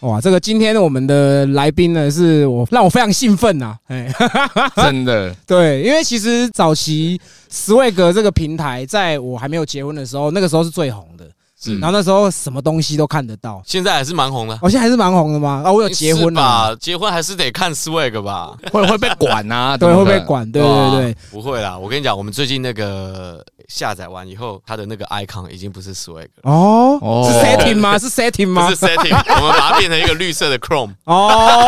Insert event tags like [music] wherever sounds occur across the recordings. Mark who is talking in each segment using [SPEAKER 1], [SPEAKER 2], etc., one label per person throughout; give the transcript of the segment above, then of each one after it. [SPEAKER 1] 哇，这个今天我们的来宾呢，是我让我非常兴奋 [laughs] 呐、哎，
[SPEAKER 2] 真的，
[SPEAKER 1] 对，因为其实早期 Swag 这个平台，在我还没有结婚的时候，那个时候是最红的，
[SPEAKER 2] 是
[SPEAKER 1] 然后那时候什么东西都看得到。
[SPEAKER 3] 现在还是蛮红的。
[SPEAKER 1] 我、现在还是蛮红的
[SPEAKER 3] [laughs]
[SPEAKER 1] 嘛，啊，我有结婚
[SPEAKER 3] 是
[SPEAKER 1] 了，
[SPEAKER 3] 吧？结婚还是得看 swag 吧？ [laughs]
[SPEAKER 2] 会会被管啊，
[SPEAKER 1] 对，会
[SPEAKER 2] 不
[SPEAKER 1] 被。管，对
[SPEAKER 3] 吧
[SPEAKER 1] 对对，，
[SPEAKER 3] 不会啦。我跟你讲，我们最近那个下载完以后，它的那个 icon 已经不是 swag 了，
[SPEAKER 1] 哦，
[SPEAKER 2] 哦
[SPEAKER 1] 是 setting 吗？是 setting
[SPEAKER 3] 不
[SPEAKER 1] 吗
[SPEAKER 3] [laughs] 是？setting，
[SPEAKER 1] [laughs]
[SPEAKER 3] 我们把它变成一个绿色的 chrome。
[SPEAKER 1] 哦，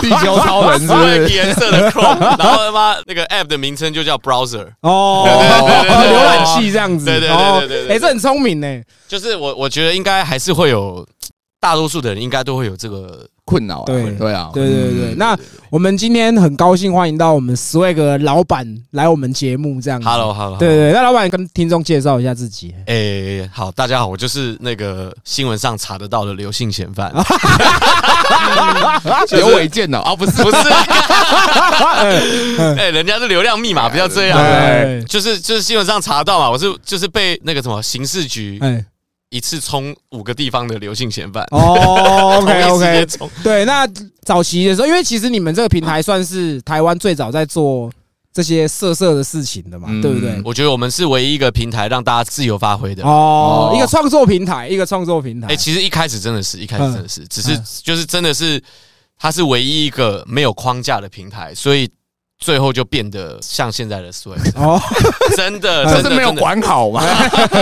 [SPEAKER 2] 地球超人是不
[SPEAKER 1] [laughs]
[SPEAKER 3] swag
[SPEAKER 2] 是？
[SPEAKER 3] 颜色的 chrome，然后他妈那个 app 的名称就叫 browser，
[SPEAKER 1] 哦，
[SPEAKER 3] 对对对对
[SPEAKER 1] [laughs]
[SPEAKER 3] 对
[SPEAKER 1] 浏览器这样子，
[SPEAKER 3] 对对对对
[SPEAKER 1] 哦
[SPEAKER 3] 对对对对
[SPEAKER 1] 哎，这很聪明呢，
[SPEAKER 3] 就是我我觉得应该还是会有，大多数的人应该都会有这个
[SPEAKER 2] 困扰啊，
[SPEAKER 1] 对
[SPEAKER 2] 对啊，
[SPEAKER 1] 对对对对。
[SPEAKER 3] 嗯
[SPEAKER 1] 那我们今天很高兴欢迎到我们 Swag 的老板来我们节目这样子。
[SPEAKER 3] hello
[SPEAKER 1] 嗯
[SPEAKER 3] hello，
[SPEAKER 1] 对对，对那老板跟听众介绍一下自己。
[SPEAKER 3] 诶、哎好，大家好，我就是那个新闻上查得到的刘姓嫌犯，
[SPEAKER 2] 有违建的啊，不是
[SPEAKER 3] 不
[SPEAKER 1] [laughs]
[SPEAKER 3] 是？哎、人家是流量密码，不要这样。
[SPEAKER 1] 哎
[SPEAKER 3] 就是就是新闻上查到嘛，我是就是被那个什么刑事局
[SPEAKER 1] 哎，
[SPEAKER 3] 一次冲五个地方的刘姓嫌犯，
[SPEAKER 1] 哦
[SPEAKER 3] 同
[SPEAKER 1] ，OK
[SPEAKER 3] 一时
[SPEAKER 1] OK，
[SPEAKER 3] 间冲
[SPEAKER 1] 对。那早期的时候，因为其实你们这个平台算是台湾最早在做这些色色的事情的嘛，
[SPEAKER 2] 嗯
[SPEAKER 1] 对不对？
[SPEAKER 3] 我觉得我们是唯一一个平台让大家自由发挥的。
[SPEAKER 1] 哦
[SPEAKER 2] 哦，
[SPEAKER 1] 一个创作平台，一个创作平台
[SPEAKER 3] 哎、。其实一开始真的是一开始真的是，只是
[SPEAKER 1] 嗯
[SPEAKER 3] 就是真的是，它是唯一一个没有框架的平台，所以最后就变得像现在的 Sway，
[SPEAKER 1] 哦，
[SPEAKER 3] 真
[SPEAKER 1] [laughs]
[SPEAKER 3] 的，
[SPEAKER 2] 这
[SPEAKER 3] 真
[SPEAKER 2] 是
[SPEAKER 3] 的
[SPEAKER 2] 没有
[SPEAKER 3] 真的
[SPEAKER 2] 管好嘛？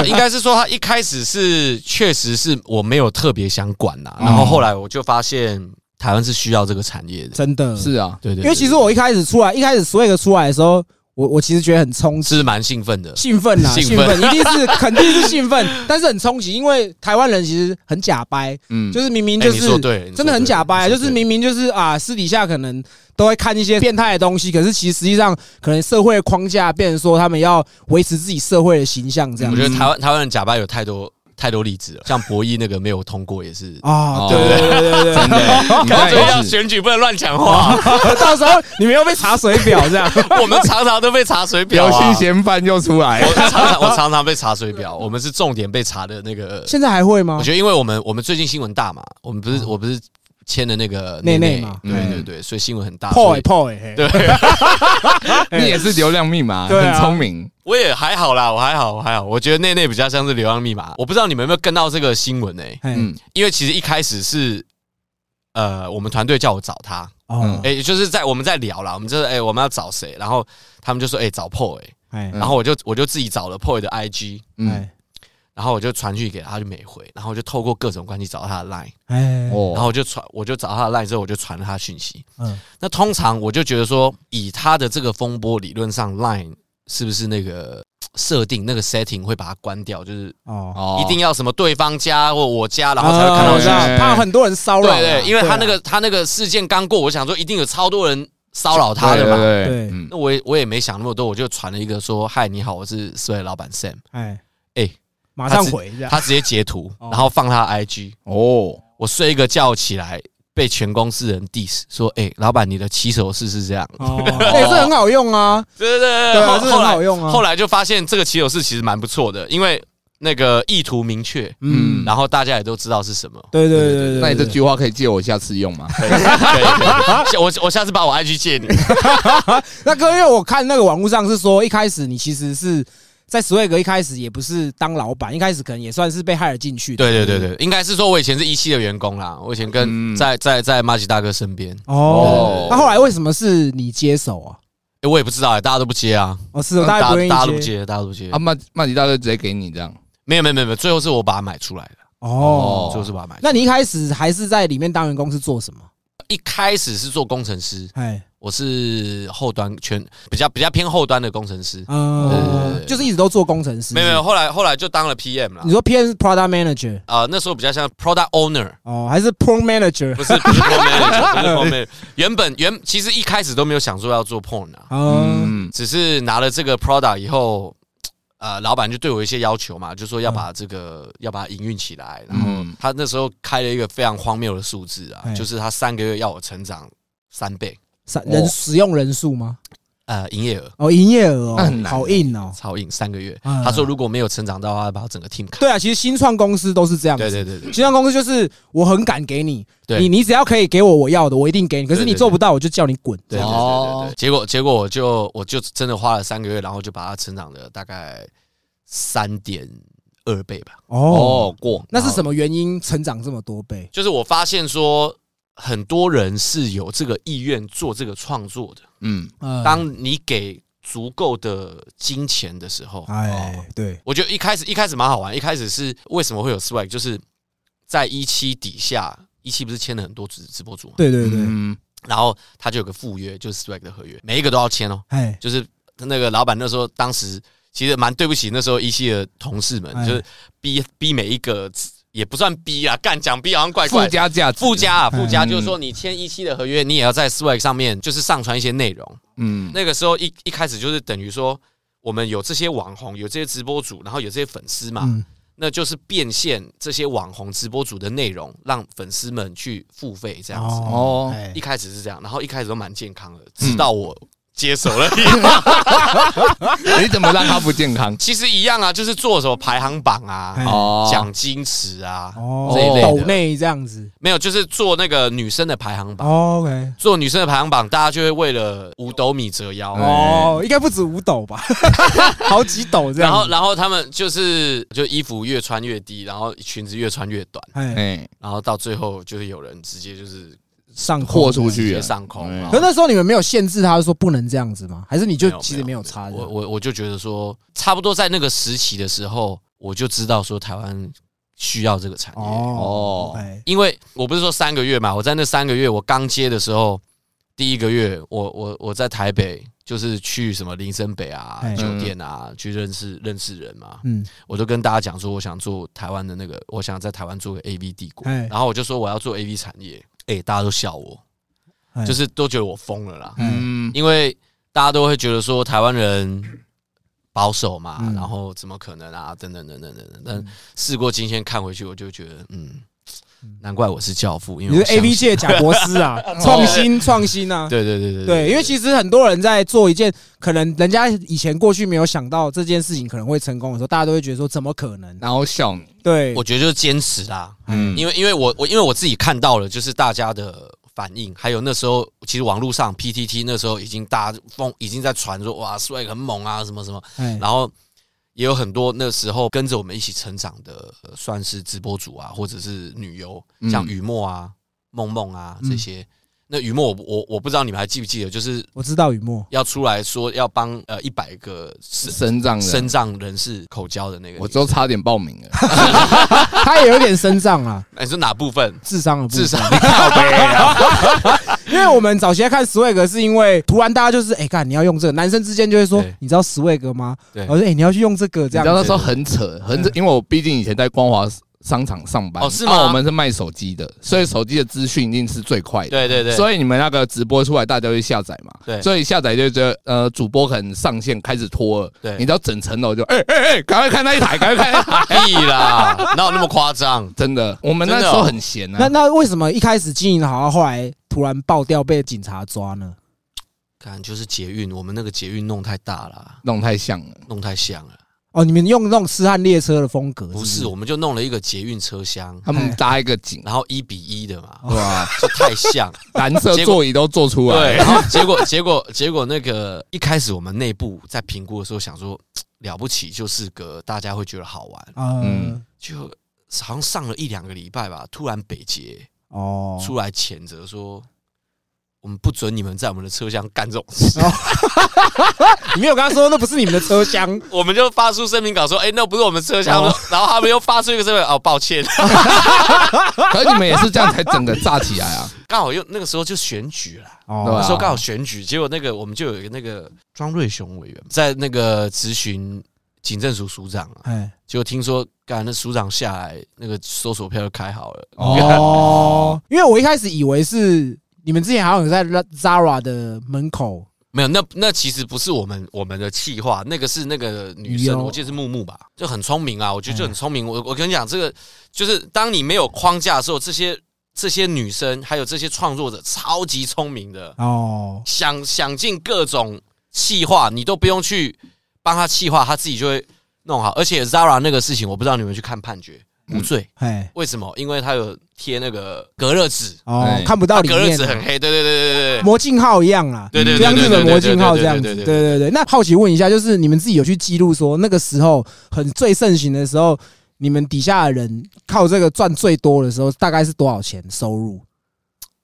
[SPEAKER 3] 应该是说他一开始是确实是我没有特别想管呐、然后后来我就发现台湾是需要这个产业的，
[SPEAKER 1] 真的，
[SPEAKER 2] [laughs] 是啊，
[SPEAKER 3] 对对对
[SPEAKER 1] 因为其实我一开始出来，一开始 Swag 出来的时候，我我其实觉得很冲击。
[SPEAKER 3] 是蛮兴奋的，
[SPEAKER 1] 兴奋啦，兴
[SPEAKER 3] 兴
[SPEAKER 1] 奋，
[SPEAKER 3] 奋
[SPEAKER 1] 一
[SPEAKER 3] [laughs]
[SPEAKER 1] 定是肯定是兴奋， [laughs] 但是很冲击，因为台湾人其实很假掰，
[SPEAKER 2] 嗯，
[SPEAKER 1] 就是明明
[SPEAKER 3] 哎
[SPEAKER 1] 就
[SPEAKER 3] 你说
[SPEAKER 1] 是
[SPEAKER 3] 对，你说
[SPEAKER 1] 真的很
[SPEAKER 3] 对
[SPEAKER 1] 假掰，
[SPEAKER 3] 你
[SPEAKER 1] 就
[SPEAKER 3] 说
[SPEAKER 1] 是
[SPEAKER 3] 对
[SPEAKER 1] 明明就是啊，私底下可能都会看一些变态的东西，可是其实实际上可能社会框架变成说他们要维持自己社会的形象这样
[SPEAKER 3] 我
[SPEAKER 1] 子
[SPEAKER 3] 觉得台湾台湾人假扮有太多太多例子了，像博弈那个没有通过也是。
[SPEAKER 1] 啊，
[SPEAKER 2] 哦
[SPEAKER 1] 对对对对对对哦
[SPEAKER 2] 真
[SPEAKER 1] [laughs]
[SPEAKER 2] 的，你
[SPEAKER 3] 我
[SPEAKER 2] 看
[SPEAKER 3] 觉得要
[SPEAKER 2] 也是，
[SPEAKER 3] 选举不能乱讲话，
[SPEAKER 1] 到
[SPEAKER 3] [laughs]
[SPEAKER 1] 时候你们又被查水表这样，
[SPEAKER 3] 我们常常都被查水表、
[SPEAKER 2] 有
[SPEAKER 3] 啊。
[SPEAKER 2] 性嫌犯又
[SPEAKER 1] [laughs]
[SPEAKER 2] 出来
[SPEAKER 3] 我，常常我常常被查水表，我们是重点被查的那个。
[SPEAKER 1] 现在还会吗
[SPEAKER 3] 我？觉得，因为我们我们最近新闻大嘛，我们不是我不是签的那个
[SPEAKER 1] 嗯内内
[SPEAKER 3] 内
[SPEAKER 1] 嘛
[SPEAKER 3] 对
[SPEAKER 2] 嗯
[SPEAKER 3] 对对，所以新闻很大。
[SPEAKER 1] 破
[SPEAKER 3] 所
[SPEAKER 1] 哎
[SPEAKER 3] 以
[SPEAKER 1] 破哎，
[SPEAKER 3] 对，
[SPEAKER 2] 你也是流量密码，
[SPEAKER 1] 对啊
[SPEAKER 2] 很聪明，
[SPEAKER 3] 我也还好啦，我还好，我还好。我觉得内内比较像是流量密码。我不知道你们有没有跟到这个新闻呢、欸
[SPEAKER 1] 嗯
[SPEAKER 2] 嗯，
[SPEAKER 3] 因为其实一开始是。呃，我们团队叫我找他，
[SPEAKER 1] 哦
[SPEAKER 2] 嗯
[SPEAKER 3] 哎、就是在我们在聊啦，我们就是哎、我们要找谁，然后他们就说哎、嗯找 Poy，、
[SPEAKER 1] 哎
[SPEAKER 3] 然后我就我就自己找了 Poy 的 IG，
[SPEAKER 2] 嗯，
[SPEAKER 1] 哎
[SPEAKER 3] 然后我就传讯给他，他就没回，然后我就透过各种关系找到他的 Line，
[SPEAKER 1] 哎
[SPEAKER 2] 哦，
[SPEAKER 3] 然后我就传，我就找他的 line 之后，我就传了他讯息。
[SPEAKER 1] 嗯
[SPEAKER 3] 嗯，那通常我就觉得说，以他的这个风波理论上，line 是不是那个嘖设定那个 setting 会把它关掉，就是
[SPEAKER 1] 哦，
[SPEAKER 2] 哦
[SPEAKER 3] 一定要什么对方家或我家，然后才会看
[SPEAKER 1] 啊
[SPEAKER 3] 到
[SPEAKER 1] 我
[SPEAKER 3] 讯
[SPEAKER 1] 知
[SPEAKER 3] 息。
[SPEAKER 1] 道
[SPEAKER 2] 哎
[SPEAKER 1] 怕很多人骚扰啊，
[SPEAKER 3] 对对，因为他
[SPEAKER 1] 啊
[SPEAKER 3] 那个他那个事件刚过，我想说一定有超多人骚扰他
[SPEAKER 2] 对
[SPEAKER 3] 的嘛。
[SPEAKER 2] 对
[SPEAKER 1] 对
[SPEAKER 2] 对，嗯
[SPEAKER 3] 那我也我也没想那么多，我就传了一个说：“嗨，你好，我是思维老板 Sam。
[SPEAKER 1] 哎
[SPEAKER 3] 哎
[SPEAKER 1] 马上回这”样。
[SPEAKER 3] 他直接截图，
[SPEAKER 1] 哦
[SPEAKER 3] 然后放他 IG。
[SPEAKER 2] 哦，
[SPEAKER 3] 我睡一个觉起来，被全公司人 diss 说：“哎、老板，你的起手式是这样。 [laughs]
[SPEAKER 1] 哦，也是很好用啊，
[SPEAKER 3] 对”对对
[SPEAKER 1] 对啊，
[SPEAKER 3] 后
[SPEAKER 1] 这很
[SPEAKER 3] 后
[SPEAKER 1] 好
[SPEAKER 3] 来
[SPEAKER 1] 用啊。
[SPEAKER 3] 后
[SPEAKER 1] 来，
[SPEAKER 3] 来就发现这个起手式其实蛮不错的，因为那个意图明确，
[SPEAKER 1] 嗯，
[SPEAKER 3] 然后大家也都知道是什么。
[SPEAKER 1] 对对对对对，
[SPEAKER 2] 那你这句话可以借我下次用吗？
[SPEAKER 3] 对对对 [laughs] 对我我下次把我 IG 借你。
[SPEAKER 1] 那哥，因为我看那个网络上是说，一开始你其实是在 Swag 一开始也不是当老板，一开始可能也算是被害了进去的。
[SPEAKER 3] 对对对对，应该是说我以前是一期的员工啦，我以前跟
[SPEAKER 2] 嗯
[SPEAKER 3] 在在在马吉大哥身边，
[SPEAKER 1] 哦
[SPEAKER 2] 对对对，
[SPEAKER 1] 那后来为什么是你接手啊？
[SPEAKER 3] 诶我也不知道哎，大家都不接啊，
[SPEAKER 1] 哦，是哦，大家
[SPEAKER 3] 大家
[SPEAKER 1] 不愿
[SPEAKER 3] 大家都
[SPEAKER 1] 意
[SPEAKER 3] 不
[SPEAKER 1] 接。
[SPEAKER 3] 接，大家都不接
[SPEAKER 2] 啊，。曼曼迪大哥直接给你这样，
[SPEAKER 3] 没有没有没有没有，最后是我把它买出来的，
[SPEAKER 1] 哦，
[SPEAKER 3] 最后是把它买出
[SPEAKER 1] 那
[SPEAKER 3] 来。
[SPEAKER 1] 你一开始还是在里面当员工是做什么？
[SPEAKER 3] 一开始是做工程师，
[SPEAKER 1] 哎，
[SPEAKER 3] 我是后端全比较比较偏后端的工程师，对对
[SPEAKER 1] 呃，
[SPEAKER 3] 对
[SPEAKER 1] 就是一直都做工程师。
[SPEAKER 3] 没有没有，后来后来就当了 PM 啦
[SPEAKER 1] 你。说 PM 是 Product Manager
[SPEAKER 3] 啊、那时候比较像 Product Owner，
[SPEAKER 1] 哦，还是 Pro Manager？
[SPEAKER 3] 不是不是 Product Manager，不是 Product Manager。原本原其实一开始都没有想说要做 Porn 啊，
[SPEAKER 1] 嗯，
[SPEAKER 2] 嗯，
[SPEAKER 3] 只是拿了这个 Product 以后，呃，老板就对我一些要求嘛，就说要把这个、要把它营运起来。然后
[SPEAKER 2] 嗯
[SPEAKER 3] 他那时候开了一个非常荒谬的数字啊
[SPEAKER 1] 哎，
[SPEAKER 3] 就是他三个月要我成长三倍。
[SPEAKER 1] 三人
[SPEAKER 2] 哦
[SPEAKER 1] 使用人数吗？
[SPEAKER 3] 呃营业额
[SPEAKER 1] 哦，营业额
[SPEAKER 2] 那
[SPEAKER 1] 哦
[SPEAKER 2] 很，难
[SPEAKER 3] 欸
[SPEAKER 1] 好硬哦。
[SPEAKER 3] 超硬三个月。
[SPEAKER 1] 啊
[SPEAKER 3] 他说如果没有成长到，他把整个 team 砍。
[SPEAKER 1] 对啊，其实新创公司都是这样
[SPEAKER 3] 对
[SPEAKER 1] 子。
[SPEAKER 3] 对对对
[SPEAKER 1] 新创公司就是我很敢给你，
[SPEAKER 3] 对
[SPEAKER 1] 你你只要可以给我我要的，我一定给你。可是你
[SPEAKER 3] 对对
[SPEAKER 1] 做不到，我就叫你滚。
[SPEAKER 3] 对对对对
[SPEAKER 2] 哦
[SPEAKER 3] 对。结果结果我就我就真的花了三个月，然后就把它成长了大概三点二倍吧。
[SPEAKER 1] 哦，
[SPEAKER 2] 哦，过
[SPEAKER 1] 那是什么原因成长这么多倍？
[SPEAKER 3] 就是我发现说，很多人是有这个意愿做这个创作的。
[SPEAKER 2] 嗯，
[SPEAKER 1] 呃
[SPEAKER 3] 当你给足够的金钱的时候，哦
[SPEAKER 1] 哎，对，
[SPEAKER 3] 我觉得一开始一开始蛮好玩，一开始是为什么会有 swag，就是在一期底下，一期不是签了很多直直播主嘛，
[SPEAKER 1] 对对对，
[SPEAKER 2] 嗯，
[SPEAKER 3] 然后他就有个赴约，就是 swag 的合约，每一个都要签哦，
[SPEAKER 1] 哎，
[SPEAKER 3] 就是那个老板那时候当时其实蛮对不起那时候一期的同事们，
[SPEAKER 1] 哎
[SPEAKER 3] 就是逼逼每一个也不算逼啊，干讲逼好像怪
[SPEAKER 2] 附
[SPEAKER 3] 怪的。
[SPEAKER 2] 加价值，
[SPEAKER 3] 附加啊，附加
[SPEAKER 2] 嗯
[SPEAKER 3] 就是说，你签一期的合约，你也要在 Swag 上面就是上传一些内容。
[SPEAKER 2] 嗯，
[SPEAKER 3] 那个时候一一开始就是等于说，我们有这些网红，有这些直播主，然后有这些粉丝嘛，
[SPEAKER 1] 嗯，
[SPEAKER 3] 那就是变现这些网红直播主的内容，让粉丝们去付费这样子。
[SPEAKER 2] 哦
[SPEAKER 1] 哎
[SPEAKER 3] 一开始是这样，然后一开始都蛮健康的，直到我接手了以后，？
[SPEAKER 2] 你怎么让他不健康
[SPEAKER 3] 其实一样啊，就是做什么排行榜啊、
[SPEAKER 1] [laughs] 哎
[SPEAKER 2] 哦，
[SPEAKER 3] 奖金池啊，
[SPEAKER 1] 哦
[SPEAKER 3] 这一类的
[SPEAKER 1] 抖内这样子。
[SPEAKER 3] 没有，就是做那个女生的排行榜。
[SPEAKER 1] 哦 OK，
[SPEAKER 3] 做女生的排行榜，大家就会为了五斗米折腰，
[SPEAKER 2] 嗯
[SPEAKER 1] 哦，应该不止五斗
[SPEAKER 3] [laughs]
[SPEAKER 1] 吧，好几斗这样。
[SPEAKER 3] 然后，然后他们就是就衣服越穿越低，然后裙子越穿越短，
[SPEAKER 1] 哎，
[SPEAKER 2] 哎，
[SPEAKER 3] 然后到最后就是有人直接就是
[SPEAKER 1] 上空
[SPEAKER 2] 豁出
[SPEAKER 3] 直
[SPEAKER 2] 去
[SPEAKER 3] 接
[SPEAKER 2] 了，
[SPEAKER 3] 上空。啊
[SPEAKER 2] 嗯
[SPEAKER 3] 然后
[SPEAKER 1] 可那时候你们没有限制他说不能这样子吗？还是你
[SPEAKER 3] 没
[SPEAKER 1] 就
[SPEAKER 3] 有
[SPEAKER 1] 其实没有差的？
[SPEAKER 3] 我我我就觉得说，差不多在那个时期的时候，我就知道说台湾需要这个产业，
[SPEAKER 1] 哦
[SPEAKER 2] 哦
[SPEAKER 1] 哎
[SPEAKER 3] 因为我不是说三个月嘛，我在那三个月我刚接的时候，第一个月我我我在台北。就是去什么林森北啊
[SPEAKER 1] 哎、
[SPEAKER 3] 酒店啊，去认识认识人嘛。
[SPEAKER 1] 嗯
[SPEAKER 3] 我就跟大家讲说，我想做台湾的那个，我想在台湾做个 A V 帝国。
[SPEAKER 1] 哎
[SPEAKER 3] 然后我就说我要做 A V 产业，哎，大家都笑我
[SPEAKER 1] 哎，
[SPEAKER 3] 就是都觉得我疯了啦，
[SPEAKER 2] 嗯，
[SPEAKER 3] 因为大家都会觉得说台湾人保守嘛
[SPEAKER 1] 嗯，
[SPEAKER 3] 然后怎么可能啊，等等等等等等。但事过今天看回去，我就觉得，嗯，难怪我是教父，因为
[SPEAKER 1] 你
[SPEAKER 3] 我
[SPEAKER 1] 是 A
[SPEAKER 3] 相
[SPEAKER 1] V
[SPEAKER 3] 信
[SPEAKER 1] 界贾博士
[SPEAKER 3] [laughs]
[SPEAKER 1] 啊，创新创新啊。
[SPEAKER 3] 对对对对
[SPEAKER 1] 对，因为其实很多人在做一件可能人家以前过去没有想到这件事情可能会成功的时候，大家都会觉得说怎么可能？
[SPEAKER 2] 然后笑你，
[SPEAKER 1] 对，
[SPEAKER 3] 我觉得就是坚持啦，
[SPEAKER 2] 嗯，
[SPEAKER 3] 因为因为我我因为我自己看到了，就是大家的反应，还有那时候其实网络上 PTT 那时候已经大家疯，已经在传说哇 swag 很猛啊什么什么，
[SPEAKER 1] 哎
[SPEAKER 3] 然后也有很多那时候跟着我们一起成长的，呃算是直播主啊，或者是女优，
[SPEAKER 2] 嗯
[SPEAKER 3] 像雨墨啊、梦梦啊
[SPEAKER 1] 嗯
[SPEAKER 3] 这些。那雨墨我我我不知道你们还记不记得，就是
[SPEAKER 1] 我知道雨墨，
[SPEAKER 3] 要出来说要帮呃一百个身
[SPEAKER 2] 身障
[SPEAKER 3] 身
[SPEAKER 2] 的，
[SPEAKER 3] 障人士口交的那个女生，
[SPEAKER 2] 我都差点报名了，
[SPEAKER 1] 他也有点身障
[SPEAKER 3] [laughs]
[SPEAKER 1] 啊，
[SPEAKER 3] 哎你说哪部分？
[SPEAKER 1] 智商的部分
[SPEAKER 3] 智商
[SPEAKER 1] 因为我们早期在看 Swag 是因为突然大家就是哎干、你要用这个，男生之间就会说
[SPEAKER 3] 对
[SPEAKER 1] 你知道 Swag 吗？
[SPEAKER 3] 对
[SPEAKER 1] 然后说哎、你要去用这个 [laughs] 这
[SPEAKER 2] 你知道
[SPEAKER 1] 样
[SPEAKER 2] 那
[SPEAKER 1] 子。嗯
[SPEAKER 2] 时候很扯，很扯，因为我毕竟以前在光华商场上班，
[SPEAKER 3] 哦是吗
[SPEAKER 2] 啊我们是卖手机的，所以手机的资讯一定是最快的。
[SPEAKER 3] [laughs] 对对对，
[SPEAKER 2] 所以你们那个直播出来，大家会下载嘛？
[SPEAKER 3] 对
[SPEAKER 2] 所以下载就觉得呃，主播可能上线开始拖了，
[SPEAKER 3] 对
[SPEAKER 2] 你知道整层楼就哎哎哎，赶、快看那一台，赶快看那一
[SPEAKER 3] [laughs]
[SPEAKER 2] 台，
[SPEAKER 3] 屁啦，哪有那么夸张？
[SPEAKER 2] 真的，我们那
[SPEAKER 3] 真
[SPEAKER 2] 时
[SPEAKER 3] 的哦
[SPEAKER 2] 候很闲
[SPEAKER 1] 那
[SPEAKER 2] 啊，
[SPEAKER 1] 那为什么一开始经营得好，后来突然爆掉被警察抓呢？
[SPEAKER 3] 看就是捷运，我们那个捷运弄太大了，
[SPEAKER 2] 弄太像了，
[SPEAKER 3] 弄太像了。
[SPEAKER 1] 哦，你们用那种痴汉列车的风格
[SPEAKER 3] 不
[SPEAKER 1] 是
[SPEAKER 3] 是，我们就弄了一个捷运车厢，
[SPEAKER 2] 他
[SPEAKER 1] 哎
[SPEAKER 2] 们搭一个
[SPEAKER 1] [laughs]
[SPEAKER 2] 景，
[SPEAKER 3] 然后一比一的嘛，
[SPEAKER 2] 对吧？
[SPEAKER 3] 就太像。
[SPEAKER 2] 蓝色
[SPEAKER 3] 结果
[SPEAKER 2] 座椅都做出
[SPEAKER 3] 对，
[SPEAKER 2] 来，
[SPEAKER 3] 然后结果 [laughs] 结果结果那个一开始我们内部在评估的时候想说，嘖了不起就是个大家会觉得好玩，
[SPEAKER 1] 啊、
[SPEAKER 2] 嗯
[SPEAKER 3] 就好像上了一两个礼拜吧，突然北捷
[SPEAKER 1] 哦，
[SPEAKER 3] 出来谴责说。我们不准你们在我们的车厢干这种事， [laughs]
[SPEAKER 1] 你没有跟他说那不是你们的车
[SPEAKER 3] [laughs]
[SPEAKER 1] 厢
[SPEAKER 3] 我们就发出声明稿说，哎、那不是我们车厢
[SPEAKER 1] 哦。
[SPEAKER 3] 然后他们又发出一个声明，哦，抱歉， [laughs]
[SPEAKER 2] 可是你们也是这样才整个炸起来
[SPEAKER 1] [laughs]
[SPEAKER 2] 啊，
[SPEAKER 3] 刚好又那个时候就选举了。
[SPEAKER 2] 对
[SPEAKER 1] 哦
[SPEAKER 2] 吧
[SPEAKER 3] 那时候刚好选举，结果那个我们就有一个那个庄瑞雄委员在那个咨询警政署署长啊，
[SPEAKER 1] 哎
[SPEAKER 3] 结果听说干那署长下来，那个搜索票就开好了。
[SPEAKER 1] 哦，因为我一开始以为是你们之前好像有在 Zara 的门口
[SPEAKER 3] 没有，那那其实不是我们我们的气话，那个是那个女
[SPEAKER 1] 女优
[SPEAKER 3] 生，我记得是木木吧，就很聪明啊，我觉得就很聪明。我我跟你讲，这个就是当你没有框架的时候，这些这些女生还有这些创作者超级聪明的，
[SPEAKER 1] 哦，
[SPEAKER 3] 想想尽各种气化，你都不用去帮他气化，他自己就会弄好。而且 Zara 那个事情，我不知道你们去看判决，无罪。
[SPEAKER 1] 哎，
[SPEAKER 3] 为什么？因为他有贴那个隔热纸，
[SPEAKER 1] 哦
[SPEAKER 2] 哎，
[SPEAKER 1] 看不到
[SPEAKER 3] 它
[SPEAKER 1] 里
[SPEAKER 3] 隔热
[SPEAKER 1] 面
[SPEAKER 3] 纸很
[SPEAKER 1] 啊，
[SPEAKER 3] 黑。对对对对对对
[SPEAKER 1] 魔镜号一样啦，
[SPEAKER 3] 对对对，
[SPEAKER 1] 就像
[SPEAKER 3] 对
[SPEAKER 1] 日本魔镜号这样子。
[SPEAKER 3] 对
[SPEAKER 1] 对对
[SPEAKER 3] 对对对
[SPEAKER 1] 对对。那好奇问一下，就是你们自己有去记录说那个时候很最盛行的时候，你们底下的人靠这个赚最多的时候，大概是多少钱收入？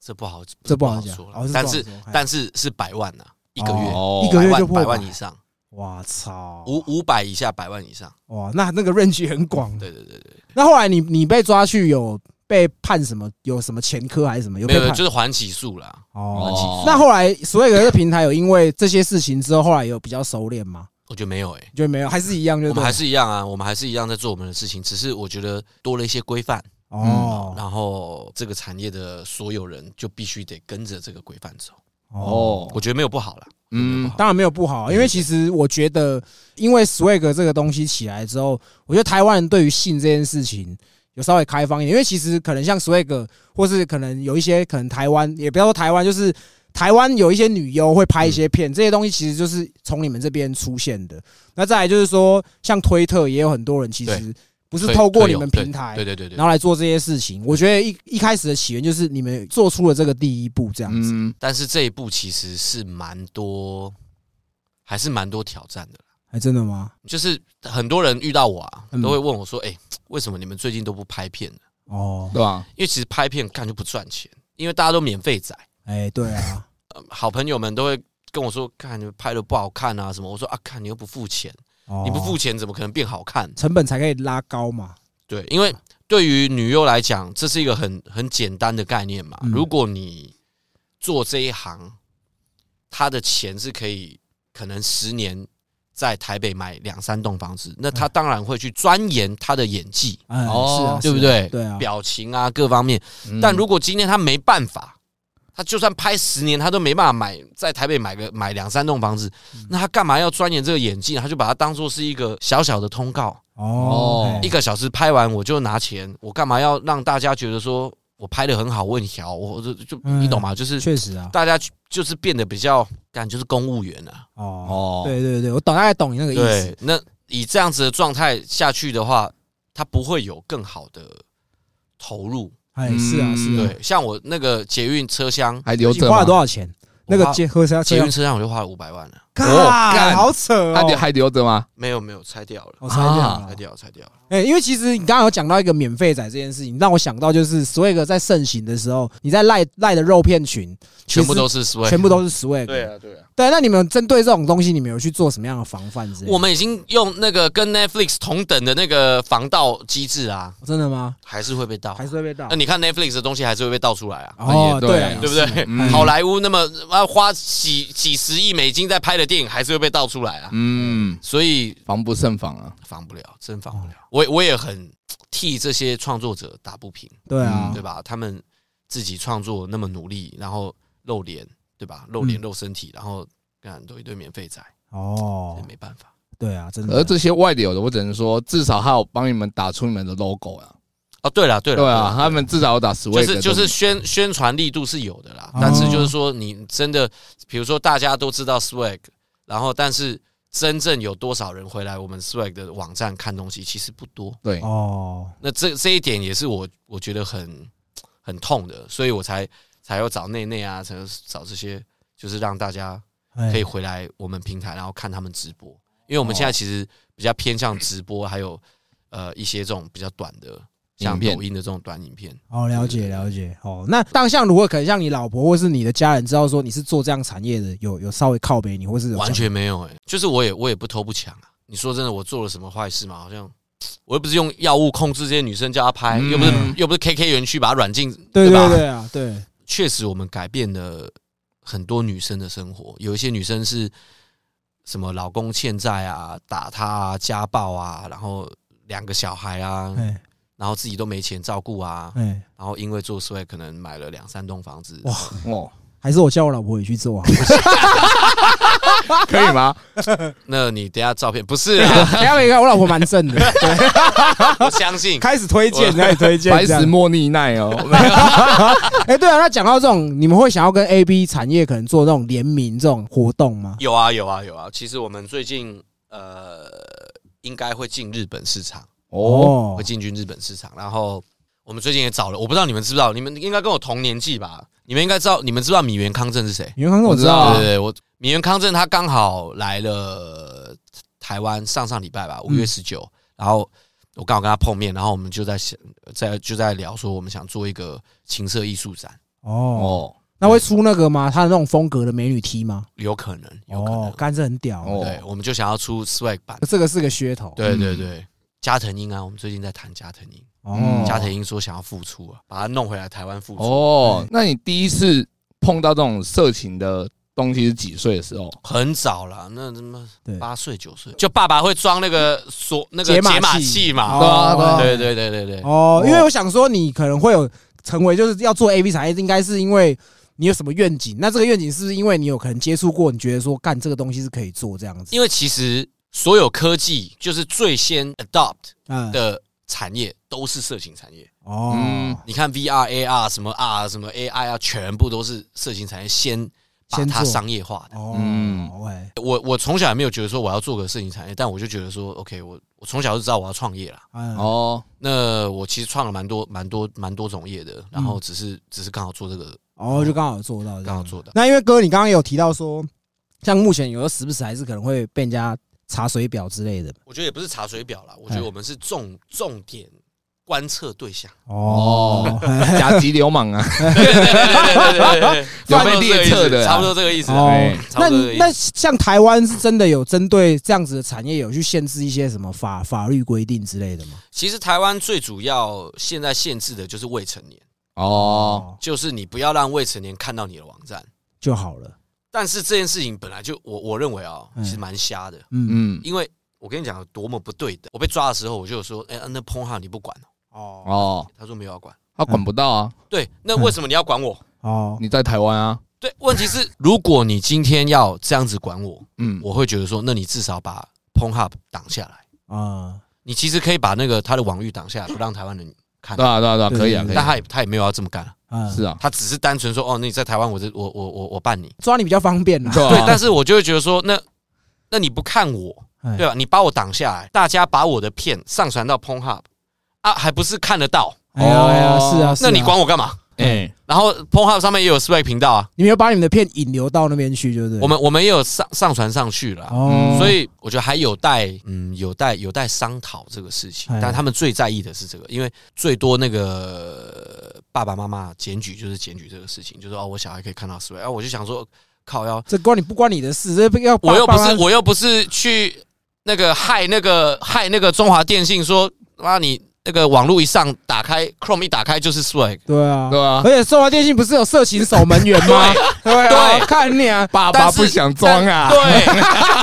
[SPEAKER 3] 这不好，
[SPEAKER 1] 这不好讲
[SPEAKER 3] 说
[SPEAKER 1] 哦
[SPEAKER 3] 了
[SPEAKER 1] 这。
[SPEAKER 3] 但
[SPEAKER 1] 不好
[SPEAKER 3] 是
[SPEAKER 1] 说哎
[SPEAKER 3] 但是是百万呐，一个月
[SPEAKER 2] 哦
[SPEAKER 1] 一个
[SPEAKER 3] 百
[SPEAKER 1] 月就
[SPEAKER 3] 万
[SPEAKER 1] 破
[SPEAKER 3] 百
[SPEAKER 1] 百
[SPEAKER 3] 万以上，
[SPEAKER 1] 哇操！
[SPEAKER 3] 五五百以下，百万以上。
[SPEAKER 1] 哇，那那个 range 很广。
[SPEAKER 3] 对对对对，
[SPEAKER 1] 那后来你你被抓去有被判什么？有什么前科还是什么？有
[SPEAKER 3] 没
[SPEAKER 1] 被
[SPEAKER 3] 有
[SPEAKER 1] 判
[SPEAKER 3] 就是还起诉啦。
[SPEAKER 1] 哦。
[SPEAKER 2] 哦
[SPEAKER 1] 那后来所有的平台有因为这些事情之后，后来有比较收敛吗？
[SPEAKER 3] 我觉得没有欸诶，
[SPEAKER 1] 就没有，还是一样就
[SPEAKER 3] 我
[SPEAKER 1] 对了，
[SPEAKER 3] 们还是一样啊，我们还是一样在做我们的事情，只是我觉得多了一些规范，
[SPEAKER 1] 哦
[SPEAKER 3] 然后这个产业的所有人就必须得跟着这个规范走。
[SPEAKER 1] 哦。
[SPEAKER 3] 我觉得没有不好啦，
[SPEAKER 2] 嗯，
[SPEAKER 1] 当然没有不好，因为其实我觉得，因为 swag 这个东西起来之后，我觉得台湾人对于性这件事情有稍微开放一点，因为其实可能像 swag，或是可能有一些可能台湾，也不要说台湾，就是台湾有一些女优会拍一些片，这些东西其实就是从你们这边出现的。那再来就是说，像推特也有很多人其实
[SPEAKER 3] 对
[SPEAKER 1] 不是
[SPEAKER 3] 所以
[SPEAKER 1] 透过
[SPEAKER 3] 所以
[SPEAKER 1] 你
[SPEAKER 3] 有
[SPEAKER 1] 们
[SPEAKER 3] 对
[SPEAKER 1] 平台
[SPEAKER 3] 对，对对对
[SPEAKER 1] 然。后来做这些事情。我觉得一一开始的起源就是你们做出了这个第一步，这样子。
[SPEAKER 2] 嗯，
[SPEAKER 3] 但是这一步其实是蛮多，还是蛮多挑战的啦。
[SPEAKER 1] 哎，真的吗？
[SPEAKER 3] 就是很多人遇到我啊，
[SPEAKER 1] 嗯
[SPEAKER 3] 都会问我说：“哎、为什么你们最近都不拍片呢？
[SPEAKER 1] 哦，
[SPEAKER 2] 对吧？
[SPEAKER 3] 因为其实拍片看就不赚钱，因为大家都免费仔。
[SPEAKER 1] 哎，对啊。
[SPEAKER 3] 呃好朋友们都会跟我说：‘看你们拍的不好看啊什么。’我说：‘啊，看你又不付钱，
[SPEAKER 1] 哦
[SPEAKER 3] 你不付钱怎么可能变好看？’
[SPEAKER 1] 成本才可以拉高嘛。
[SPEAKER 3] 对，因为对于女优来讲，这是一个很很简单的概念嘛。
[SPEAKER 1] 嗯
[SPEAKER 3] 如果你做这一行，他的钱是可以可能十年在台北买两三栋房子，那他当然会去钻研他的演技、
[SPEAKER 1] 嗯，
[SPEAKER 2] 哦
[SPEAKER 1] 是啊，
[SPEAKER 3] 对不
[SPEAKER 1] 是啊
[SPEAKER 3] 对
[SPEAKER 1] 对啊，
[SPEAKER 3] 表情啊各方面。
[SPEAKER 2] 嗯
[SPEAKER 3] 但如果今天他没办法，他就算拍十年，他都没办法买在台北买个买两三栋房子，
[SPEAKER 1] 嗯
[SPEAKER 3] 那他干嘛要钻研这个演技呢？他就把它当做是一个小小的通告。
[SPEAKER 1] 哦
[SPEAKER 2] 哦，
[SPEAKER 3] 一个小时拍完我就拿钱，我干嘛要让大家觉得说我拍的很好，我很屌，我就就
[SPEAKER 1] 嗯
[SPEAKER 3] 你懂吗？就
[SPEAKER 1] 嘿
[SPEAKER 3] 是
[SPEAKER 1] 确实啊，
[SPEAKER 3] 大家就是变得比较感，就是公务员啊。
[SPEAKER 1] 哦，
[SPEAKER 2] 哦，
[SPEAKER 1] 对对对，我懂，大概懂你那个意思。
[SPEAKER 3] 对，那以这样子的状态下去的话，他不会有更好的投入。
[SPEAKER 1] 哎，
[SPEAKER 2] 嗯
[SPEAKER 1] 是啊，是啊。
[SPEAKER 3] 对，像我那个捷运车厢，
[SPEAKER 2] 还留
[SPEAKER 1] 你
[SPEAKER 2] 着
[SPEAKER 1] 花了多
[SPEAKER 2] 吗？
[SPEAKER 1] 少钱？那
[SPEAKER 3] 我
[SPEAKER 1] 个
[SPEAKER 3] 花
[SPEAKER 1] 结合车
[SPEAKER 3] 捷运
[SPEAKER 1] 车，
[SPEAKER 3] 车厢我就花了五百万了，
[SPEAKER 2] 哦
[SPEAKER 1] 干，
[SPEAKER 2] 干
[SPEAKER 1] 好扯
[SPEAKER 2] 还留
[SPEAKER 1] 哦。
[SPEAKER 2] 还留着吗？
[SPEAKER 3] 没有没有拆掉了，
[SPEAKER 1] 我猜对
[SPEAKER 2] 啊
[SPEAKER 1] 了
[SPEAKER 3] 拆。掉了拆掉了。
[SPEAKER 1] 哎，因为其实你刚刚有讲到一个免费仔这件事情，让我想到就是所有个在盛行的时候，你在赖赖的肉片群，
[SPEAKER 3] 全部都是 swag，
[SPEAKER 1] 全部都是 swag。
[SPEAKER 3] 对啊，对啊，
[SPEAKER 1] 对，那你们针对这种东西，你们有去做什么样的防范之类的？
[SPEAKER 3] 我们已经用那个跟 Netflix 同等的那个防盗机制啊，
[SPEAKER 1] 真的吗？
[SPEAKER 3] 还是会被盗，
[SPEAKER 1] 还是会被盗
[SPEAKER 3] 啊那？你看 Netflix 的东西还是会被盗出来啊，
[SPEAKER 1] 哦，
[SPEAKER 2] 也对
[SPEAKER 1] 啊
[SPEAKER 3] 对不对
[SPEAKER 1] 也是
[SPEAKER 2] 嗯
[SPEAKER 3] 好莱坞那么啊花几几十亿美金在拍的电影还是会被盗出来啊，
[SPEAKER 2] 嗯，
[SPEAKER 3] 所以
[SPEAKER 2] 防不胜防啊。
[SPEAKER 3] 防不了，真防不了。
[SPEAKER 2] 嗯
[SPEAKER 3] 我我也很替这些创作者打不平，
[SPEAKER 1] 对啊
[SPEAKER 2] 嗯
[SPEAKER 3] 对，吧？他们自己创作那么努力，然后露脸，对吧？露
[SPEAKER 1] 嗯
[SPEAKER 3] 脸露身体，然后干都一堆免费仔，
[SPEAKER 1] 哦
[SPEAKER 3] 这，没办法。
[SPEAKER 1] 对啊，真
[SPEAKER 2] 而
[SPEAKER 1] 的。
[SPEAKER 2] 这些外流的，我只能说，至少还有帮你们打出你们的 logo 啊。
[SPEAKER 3] 哦，对了对了，
[SPEAKER 2] 对啊，他们至少有打
[SPEAKER 3] 就
[SPEAKER 2] swag，
[SPEAKER 3] 是就是宣宣传力度是有的啦
[SPEAKER 1] 哦，
[SPEAKER 3] 但是就是说你真的，比如说大家都知道 swag，然后但是真正有多少人回来我们 swag 的网站看东西，其实不多。
[SPEAKER 2] 对，
[SPEAKER 1] 哦，
[SPEAKER 3] 那这这一点也是我我觉得很很痛的，所以我才才要找内内啊，才要找这些，就是让大家可
[SPEAKER 1] 可
[SPEAKER 3] 以回来我们平台，然后看他们直播，因为我们现在其实比较偏向直播，还有呃一些这种比较短的，像
[SPEAKER 2] 影片
[SPEAKER 3] 抖音的这种短影片。
[SPEAKER 1] 哦，了解了解。哦，那当像如果可能像你老婆或是你的家人知道说你是做这样产业的，有有稍微靠北你，或是有
[SPEAKER 3] 完全没有哎、就是我也我也不偷不抢啊。你说真的，我做了什么坏事吗？好像我又不是用药物控制这些女生叫她拍，
[SPEAKER 2] 嗯
[SPEAKER 3] 又不是又不是 KK 园区把她软禁，
[SPEAKER 1] 对对
[SPEAKER 3] 吧？
[SPEAKER 1] 对啊，对
[SPEAKER 3] 确实，我们改变了很多女生的生活。有一些女生是什么老公欠债啊、打她啊、家暴啊，然后两个小孩啊，
[SPEAKER 1] 哎
[SPEAKER 3] 然后自己都没钱照顾啊，
[SPEAKER 1] 哎，
[SPEAKER 3] 然后因为做 swag 可能买了两三栋房子，
[SPEAKER 1] 哇
[SPEAKER 2] 哦，
[SPEAKER 1] 还是我叫我老婆也去
[SPEAKER 3] [laughs]
[SPEAKER 1] 做啊？
[SPEAKER 2] 可
[SPEAKER 1] [laughs]
[SPEAKER 2] 以吗？
[SPEAKER 3] 那你等一下照片不是啊？
[SPEAKER 1] 等一下没看，我老婆蛮正
[SPEAKER 3] [laughs]
[SPEAKER 1] 的，
[SPEAKER 3] 我相信
[SPEAKER 1] 开始推荐，开始推荐，
[SPEAKER 2] 百
[SPEAKER 1] 这
[SPEAKER 2] 死
[SPEAKER 1] 样。
[SPEAKER 2] 莫逆奈哦，
[SPEAKER 1] 哎，对啊，那讲到这种，你们会想要跟 A B 产业可能做这种联名这种活动吗？
[SPEAKER 3] 有啊有啊有啊。其实我们最近呃，应该会进日本市场，
[SPEAKER 2] 哦，
[SPEAKER 3] 会进军日本市场。然后我们最近也找了，我不知道你们知不知道，你们应该跟我同年纪吧？你们应该知道，你们知道米原康正是谁？
[SPEAKER 1] 袁康，我知道
[SPEAKER 2] 啊
[SPEAKER 1] 啊
[SPEAKER 3] 对对，对，我米原康正他刚好来了台湾，上上礼拜
[SPEAKER 2] 嗯
[SPEAKER 3] 吧，五月十九、然后我刚好跟他碰面，然后我们就在想，在就在聊说我们想做一个情色艺术展，
[SPEAKER 1] 哦，
[SPEAKER 2] 哦，
[SPEAKER 1] 那会出那个吗？他的那种风格的美女 T 吗？
[SPEAKER 3] 有可能，有可能，
[SPEAKER 1] 哦，干这很屌啊，
[SPEAKER 2] 哦
[SPEAKER 3] 对，我们就想要出 swag 版，
[SPEAKER 1] 这个是个噱头。
[SPEAKER 3] 对
[SPEAKER 2] 嗯
[SPEAKER 3] 对对，加藤鹰啊，我们最近在谈加藤鹰，
[SPEAKER 1] 哦，
[SPEAKER 3] 加藤鹰说想要复出啊，把他弄回来台湾复出，
[SPEAKER 2] 哦，那你第一次碰到这种色情的东西是几岁的时候？
[SPEAKER 3] 很早了，那他妈
[SPEAKER 1] 对
[SPEAKER 3] 八岁九岁，就爸爸会装那个锁那个
[SPEAKER 1] 解码器
[SPEAKER 3] 解码器嘛，
[SPEAKER 2] 对啊对啊
[SPEAKER 3] 对对对对对，
[SPEAKER 1] 哦
[SPEAKER 2] 哦，
[SPEAKER 1] 因为我想说，你可能会有成为就是要做 A V 产业，应该是因为你有什么愿景？那这个愿景是不是因为你有可能接触过，你觉得说干这个东西是可以做这样子？
[SPEAKER 3] 因为其实所有科技就是最先 adopt
[SPEAKER 1] 嗯，
[SPEAKER 3] 的产业都是色情产业。
[SPEAKER 1] 哦
[SPEAKER 2] 嗯，
[SPEAKER 3] 你看 VR、AR 什么 R 什么 AI 啊，全部都是色情产业先把
[SPEAKER 1] 先
[SPEAKER 3] 它
[SPEAKER 1] 做
[SPEAKER 3] 商业化的。
[SPEAKER 1] 哦，嗯
[SPEAKER 2] 嗯
[SPEAKER 1] ，OK，
[SPEAKER 3] 我我从小也没有觉得说我要做个色情产业，但我就觉得说，OK，我我从小就知道我要创业啦。
[SPEAKER 1] 嗯，
[SPEAKER 2] 哦，
[SPEAKER 3] 那我其实创了蛮多蛮多蛮多种业的，然后只是只是刚好做这个
[SPEAKER 1] 哦，就刚好做到，
[SPEAKER 3] 刚好。做的。
[SPEAKER 1] 那因为哥，你刚刚有提到说，像目前有时候时不时还是可能会被人家查水表之类的。
[SPEAKER 3] 我觉得也不是查水表啦，我觉得
[SPEAKER 1] 哎
[SPEAKER 3] 我们是重重点观测对 [laughs] 象。
[SPEAKER 1] [laughs] 哦，
[SPEAKER 2] 甲级流氓啊，
[SPEAKER 3] 有 [laughs]
[SPEAKER 2] 有被列测的啊
[SPEAKER 3] 差不多这个意思。
[SPEAKER 1] 哦
[SPEAKER 2] 哎，
[SPEAKER 1] 那
[SPEAKER 3] 差不多这个意
[SPEAKER 1] 那
[SPEAKER 3] 思。
[SPEAKER 1] 像台湾是真的有针对这样子的产业有去限制一些什么法法律规定之类的吗？
[SPEAKER 3] 其实台湾最主要现在限制的就是未成年，
[SPEAKER 2] 哦，
[SPEAKER 1] 哦，
[SPEAKER 3] 就是你不要让未成年看到你的网站。
[SPEAKER 1] 就好了。
[SPEAKER 3] 但是这件事情本来就我我认为啊、
[SPEAKER 1] 嗯
[SPEAKER 3] 其实蛮瞎的，
[SPEAKER 1] 嗯，
[SPEAKER 2] 嗯，
[SPEAKER 3] 因为我跟你讲有多么不对的。我被抓的时候，我就有说，哎、那 p o n h 你不管
[SPEAKER 1] 哦
[SPEAKER 3] 哦？
[SPEAKER 2] 哦，
[SPEAKER 3] 他说没有要管。
[SPEAKER 2] 他管不到啊，
[SPEAKER 3] 对，那为什么你要管我？
[SPEAKER 1] 哦，
[SPEAKER 2] 你在台湾啊，
[SPEAKER 3] 对，问题是如果你今天要这样子管我，
[SPEAKER 2] 嗯，
[SPEAKER 3] 我会觉得说，那你至少把 p o n h u b 挡下来。
[SPEAKER 1] 啊，
[SPEAKER 3] 你其实可以把那个他的网域挡下来，不让台湾人看
[SPEAKER 2] 对。啊，对啊，对啊，
[SPEAKER 1] 对
[SPEAKER 2] 可以啊，
[SPEAKER 1] 对
[SPEAKER 2] 可以
[SPEAKER 3] 但
[SPEAKER 2] 啊，
[SPEAKER 3] 他也他也没有要这么干啊，
[SPEAKER 1] 嗯
[SPEAKER 2] 是啊，
[SPEAKER 3] 他只是单纯说哦，那你在台湾，我这我我我我办你。
[SPEAKER 1] 抓你比较方便啦。
[SPEAKER 2] 对啊
[SPEAKER 3] 对，但是我就会觉得说，那那你不看我，
[SPEAKER 1] 哎
[SPEAKER 3] 对吧？你把我挡下来，大家把我的片上传到 p o n h u b 啊，还不是看得到？
[SPEAKER 1] 哎呀哎呀，
[SPEAKER 2] 哦
[SPEAKER 1] 是啊，是啊
[SPEAKER 3] 那你管我干嘛？
[SPEAKER 2] 哎，
[SPEAKER 3] 然后 p o n h u b 上面也有 Swag 频道啊，
[SPEAKER 1] 你们有把你们的片引流到那边去，对不对？
[SPEAKER 3] 我们我们也有上上传上去了啊。
[SPEAKER 1] 哦，
[SPEAKER 2] 嗯
[SPEAKER 3] 所以我觉得还有待，嗯，有待有待商讨这个事情
[SPEAKER 1] 哎。
[SPEAKER 3] 但他们最在意的是这个，因为最多那个爸爸妈妈检举就是检举这个事情，就是哦，我小孩可以看到 Swag，啊，我就想说，靠要
[SPEAKER 1] 这关你不关你的事，这不要
[SPEAKER 3] 我又不是
[SPEAKER 1] 帮他
[SPEAKER 3] 我又不是去那个害那个害那个中华电信说，妈你那个网络一上打开 Chrome 一打开就是 Swag，
[SPEAKER 1] 对啊，
[SPEAKER 2] 对啊
[SPEAKER 1] 而，且中华电信不是有色情守门
[SPEAKER 3] [laughs]
[SPEAKER 1] 员吗？对啊，看你啊，
[SPEAKER 2] 爸
[SPEAKER 3] 但
[SPEAKER 2] 爸
[SPEAKER 3] 是
[SPEAKER 2] 不想装啊，
[SPEAKER 3] 对， [laughs]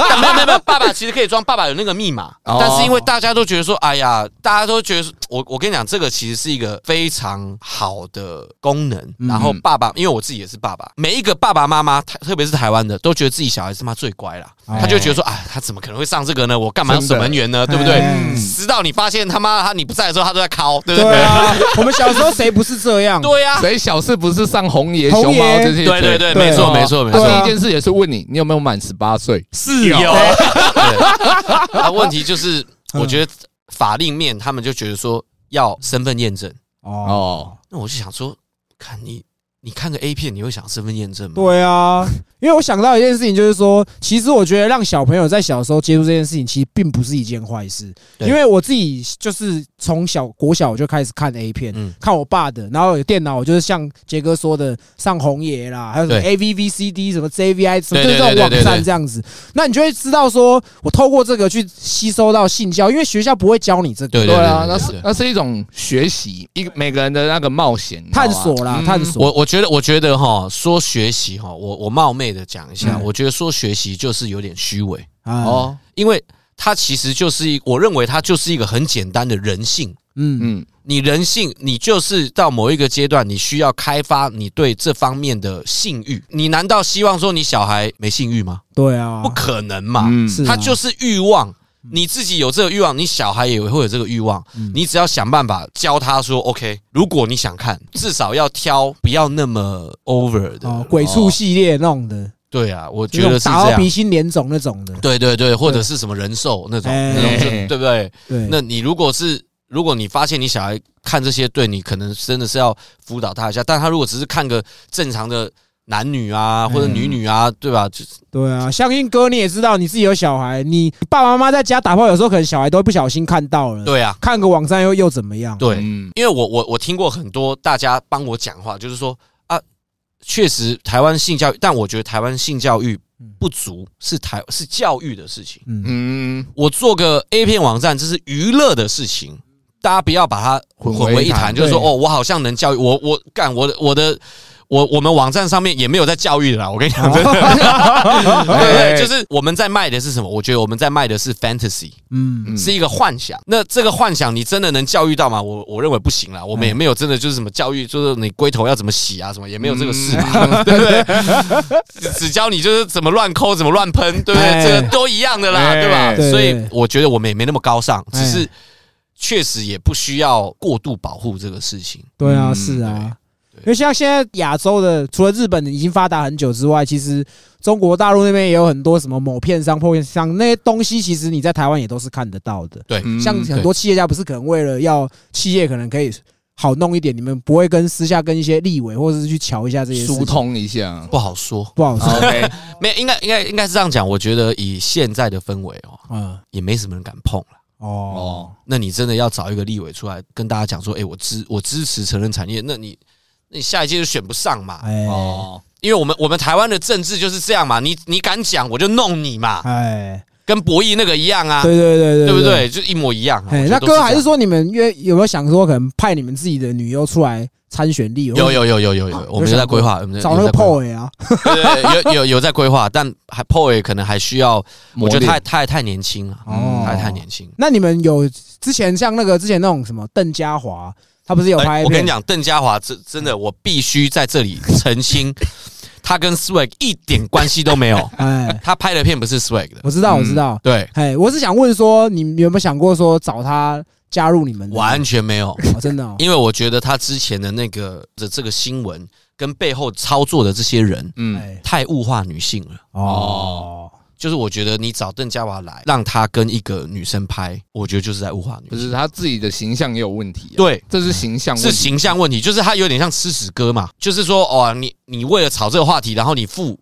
[SPEAKER 3] 但没有没有没有，爸爸其实可以装，爸爸有那个密码，
[SPEAKER 2] 哦
[SPEAKER 3] 但是因为大家都觉得说，哎呀，大家都觉得说我我跟你讲，这个其实是一个非常好的功能。
[SPEAKER 1] 嗯
[SPEAKER 3] 然后爸爸，因为我自己也是爸爸，每一个爸爸妈妈，台特别是台湾的，都觉得自己小孩是妈最乖啦，
[SPEAKER 1] 哦
[SPEAKER 3] 他就觉得说，哎，他怎么可能会上这个呢？我干嘛要
[SPEAKER 2] 真的
[SPEAKER 3] 守门员呢？对不对？
[SPEAKER 1] 哎
[SPEAKER 3] 嗯直到你发现他妈他你不在的时候，他都在敲，对不
[SPEAKER 1] 对
[SPEAKER 3] 对？ [laughs]
[SPEAKER 1] 啊，我们小时候谁不是这样？
[SPEAKER 3] 对啊呀，
[SPEAKER 2] 谁小事不是上红爷、
[SPEAKER 1] 红
[SPEAKER 2] 熊猫
[SPEAKER 1] 爷
[SPEAKER 2] 这些？
[SPEAKER 3] 对对
[SPEAKER 1] 对
[SPEAKER 3] 对，没错
[SPEAKER 1] 哦
[SPEAKER 3] 没错没
[SPEAKER 2] 他
[SPEAKER 1] 对啊
[SPEAKER 3] 错，
[SPEAKER 2] 第一件事也是问你，你有没有满十八岁？
[SPEAKER 1] 是有
[SPEAKER 3] 对 [laughs] 啊，问题就是，
[SPEAKER 1] 嗯
[SPEAKER 3] 我觉得法令面他们就觉得说要身份验证，
[SPEAKER 1] 哦，
[SPEAKER 2] 哦，
[SPEAKER 3] 那我就想说，看你你看个 A 片，你会想身份验证吗？
[SPEAKER 1] 对啊，因为我想到一件事情，就是说，其实我觉得让小朋友在小时候接触这件事情，其实并不是一件坏事。
[SPEAKER 3] 对
[SPEAKER 1] 因为我自己就是从小国小我就开始看 A 片，
[SPEAKER 3] 嗯
[SPEAKER 1] 看我爸的，然后有电脑，我就是像杰哥说的，上红爷啦，还有什么 AVVCD 什么 JVI 什么，就是这
[SPEAKER 3] 对对对
[SPEAKER 1] 种网
[SPEAKER 3] 对对
[SPEAKER 1] 站
[SPEAKER 3] 对
[SPEAKER 1] 这样子。那你就会知道说，我透过这个去吸收到性教，育，因为学校不会教你这个
[SPEAKER 3] 对
[SPEAKER 2] 对啊，那
[SPEAKER 3] 对
[SPEAKER 2] 是那是一种学习，一每个人的那个冒险
[SPEAKER 1] 探索，啦，
[SPEAKER 2] 嗯
[SPEAKER 1] 探索。
[SPEAKER 3] 我我觉得，我觉得哈，说学习哈，我我冒昧的讲一下，
[SPEAKER 1] 嗯
[SPEAKER 3] 我觉得说学习就是有点虚伪，
[SPEAKER 2] 你知道吗
[SPEAKER 1] 哦，
[SPEAKER 2] 哦，
[SPEAKER 3] 因为它其实就是一，我认为它就是一个很简单的人性，
[SPEAKER 1] 嗯
[SPEAKER 2] 嗯，
[SPEAKER 3] 你人性，你就是到某一个阶段，你需要开发你对这方面的性欲。你难道希望说你小孩没性欲吗？
[SPEAKER 1] 对啊，嗯
[SPEAKER 3] 不可能嘛，
[SPEAKER 2] 嗯
[SPEAKER 1] 是啊
[SPEAKER 3] 他就是欲望。你自己有这个欲望，你小孩也会有这个欲望。
[SPEAKER 1] 嗯
[SPEAKER 3] 你只要想办法教他说：“OK，如果你想看，至少要挑不要那么 over 的
[SPEAKER 1] 哦，鬼畜系列那种的，
[SPEAKER 3] 对啊，我
[SPEAKER 1] 就
[SPEAKER 3] 觉得是
[SPEAKER 1] 打
[SPEAKER 3] 这
[SPEAKER 1] 到
[SPEAKER 3] 样
[SPEAKER 1] 鼻。青脸肿那种的。
[SPEAKER 3] 对对对，或者是什么人兽那种，
[SPEAKER 1] 哎
[SPEAKER 3] 那种就
[SPEAKER 2] 哎
[SPEAKER 3] 对不对？
[SPEAKER 1] 对，
[SPEAKER 3] 那你如果是如果你发现你小孩看这些，对你可能真的是要辅导他一下。但他如果只是看个正常的男女啊，或者
[SPEAKER 1] 嗯
[SPEAKER 3] 女女啊，对吧？就是
[SPEAKER 1] 对啊，相信哥你也知道，你自己有小孩，你爸爸妈妈在家打炮，有时候可能小孩都会不小心看到了，
[SPEAKER 3] 对啊，
[SPEAKER 1] 看个网站又又怎么样？
[SPEAKER 3] 对。
[SPEAKER 2] 嗯
[SPEAKER 3] 因为我我我听过很多大家帮我讲话，就是说啊，确实台湾性教育，但我觉得台湾性教育不足，是台是教育的事情。
[SPEAKER 1] 嗯，
[SPEAKER 2] 嗯，
[SPEAKER 3] 我做个 A 片网站，这是娱乐的事情，大家不要把它混为一谈。
[SPEAKER 2] 混为一谈
[SPEAKER 3] 就是说，
[SPEAKER 1] 对
[SPEAKER 3] 哦，我好像能教育我，我干我的我的我我们网站上面也没有在教育的啦。我跟你讲，真的
[SPEAKER 2] [laughs] 哎
[SPEAKER 3] 对对哦对，就是我们在卖的是什么？我觉得我们在卖的是 fantasy，
[SPEAKER 1] 嗯，
[SPEAKER 2] 嗯
[SPEAKER 3] 是一个幻想。那这个幻想你真的能教育到吗？我我认为不行啦。我们
[SPEAKER 2] 嗯
[SPEAKER 3] 也没有真的就是什么教育，就是你龟头要怎么洗啊，什么也没有这个事
[SPEAKER 2] 嗯
[SPEAKER 3] 嘛， [laughs] 对不对？ [laughs] 只只教你就是怎么乱抠，怎么乱喷，对不
[SPEAKER 1] 哎
[SPEAKER 3] 对？这个都一样的啦，
[SPEAKER 2] 哎
[SPEAKER 3] 对吧？
[SPEAKER 1] 对
[SPEAKER 3] 所以
[SPEAKER 1] 对
[SPEAKER 3] 我觉得我们也没那么高尚，
[SPEAKER 1] 哎
[SPEAKER 3] 只是确实也不需要过度保护这个事情。
[SPEAKER 1] 对啊，
[SPEAKER 2] 嗯
[SPEAKER 1] 是啊。
[SPEAKER 3] 对
[SPEAKER 1] 因为像现在亚洲的，除了日本已经发达很久之外，其实中国大陆那边也有很多什么某片商、破片商那些东西，其实你在台湾也都是看得到的。
[SPEAKER 3] 对，
[SPEAKER 2] 嗯
[SPEAKER 1] 像很多企业家不是可能为了要企业可能可以好弄一点，你们不会跟私下跟一些立委或者是去瞧一下这些事情
[SPEAKER 2] 疏，通一 [laughs] 下。
[SPEAKER 3] 不好说，
[SPEAKER 1] 不好说。
[SPEAKER 2] 哦 [laughs] OK，
[SPEAKER 3] 没有应该应该应该是这样讲。我觉得以现在的氛围哦，
[SPEAKER 1] 嗯，
[SPEAKER 3] 也没什么人敢碰了。
[SPEAKER 1] 哦，
[SPEAKER 2] 哦，
[SPEAKER 3] 那你真的要找一个立委出来跟大家讲说，哎、我支我支持成人产业，那你那你下一届就选不上嘛，
[SPEAKER 1] 哎，
[SPEAKER 2] 哦，
[SPEAKER 3] 因为我们我们台湾的政治就是这样嘛，你你敢讲我就弄你嘛，
[SPEAKER 1] 哎，
[SPEAKER 3] 跟博弈那个一样啊，
[SPEAKER 1] 对对对对，
[SPEAKER 3] 不？对？就一模一样、啊。
[SPEAKER 1] 哎，
[SPEAKER 3] 我觉
[SPEAKER 1] 那
[SPEAKER 3] 得都
[SPEAKER 1] 哥还
[SPEAKER 3] 这
[SPEAKER 1] 是
[SPEAKER 3] 样
[SPEAKER 1] 说你们约有没有想说可能派你们自己的女优出来参选立委？
[SPEAKER 3] 有有有有有有，我们有在规划，我们有
[SPEAKER 1] 啊找那个
[SPEAKER 3] 有在规划
[SPEAKER 1] PO 啊，
[SPEAKER 3] 对对对有有有在规划，但还 PO 也可能还需要，我
[SPEAKER 2] 磨
[SPEAKER 3] 觉得太
[SPEAKER 2] 练
[SPEAKER 3] 太太年轻了，
[SPEAKER 1] 哦
[SPEAKER 3] 太太年轻。
[SPEAKER 1] 那你们有之前像那个之前那种什么邓家华，他不是有
[SPEAKER 3] 哎
[SPEAKER 1] 拍、
[SPEAKER 3] 我跟你，讲，邓家华这真的，我必须在这里澄清，他跟 Swag 一点关系都没有。
[SPEAKER 1] 哎，
[SPEAKER 3] 他拍的片不是 Swag 的，
[SPEAKER 1] 我知道，
[SPEAKER 2] 嗯
[SPEAKER 1] 我知道，
[SPEAKER 3] 对，
[SPEAKER 1] 哎，我是想问说，你们有没有想过说找他加入你们的？
[SPEAKER 3] 完全没有，
[SPEAKER 1] 哦，真的哦，
[SPEAKER 3] 因为我觉得他之前的那个的这个新闻跟背后操作的这些人
[SPEAKER 2] 嗯，
[SPEAKER 1] 哎，
[SPEAKER 3] 太物化女性了。
[SPEAKER 1] 哦，
[SPEAKER 3] 就是我觉得你找邓家华来，让他跟一个女生拍，我觉得就是在物化
[SPEAKER 2] 不
[SPEAKER 3] 女
[SPEAKER 2] 是
[SPEAKER 3] 性。
[SPEAKER 2] 他自己的形象也有问题啊，
[SPEAKER 3] 对，
[SPEAKER 2] 这是形象问
[SPEAKER 3] 是
[SPEAKER 2] 题，
[SPEAKER 3] 形象问题，就是他有点像吃屎哥嘛，就是说哦，你你为了炒这个话题，然后你付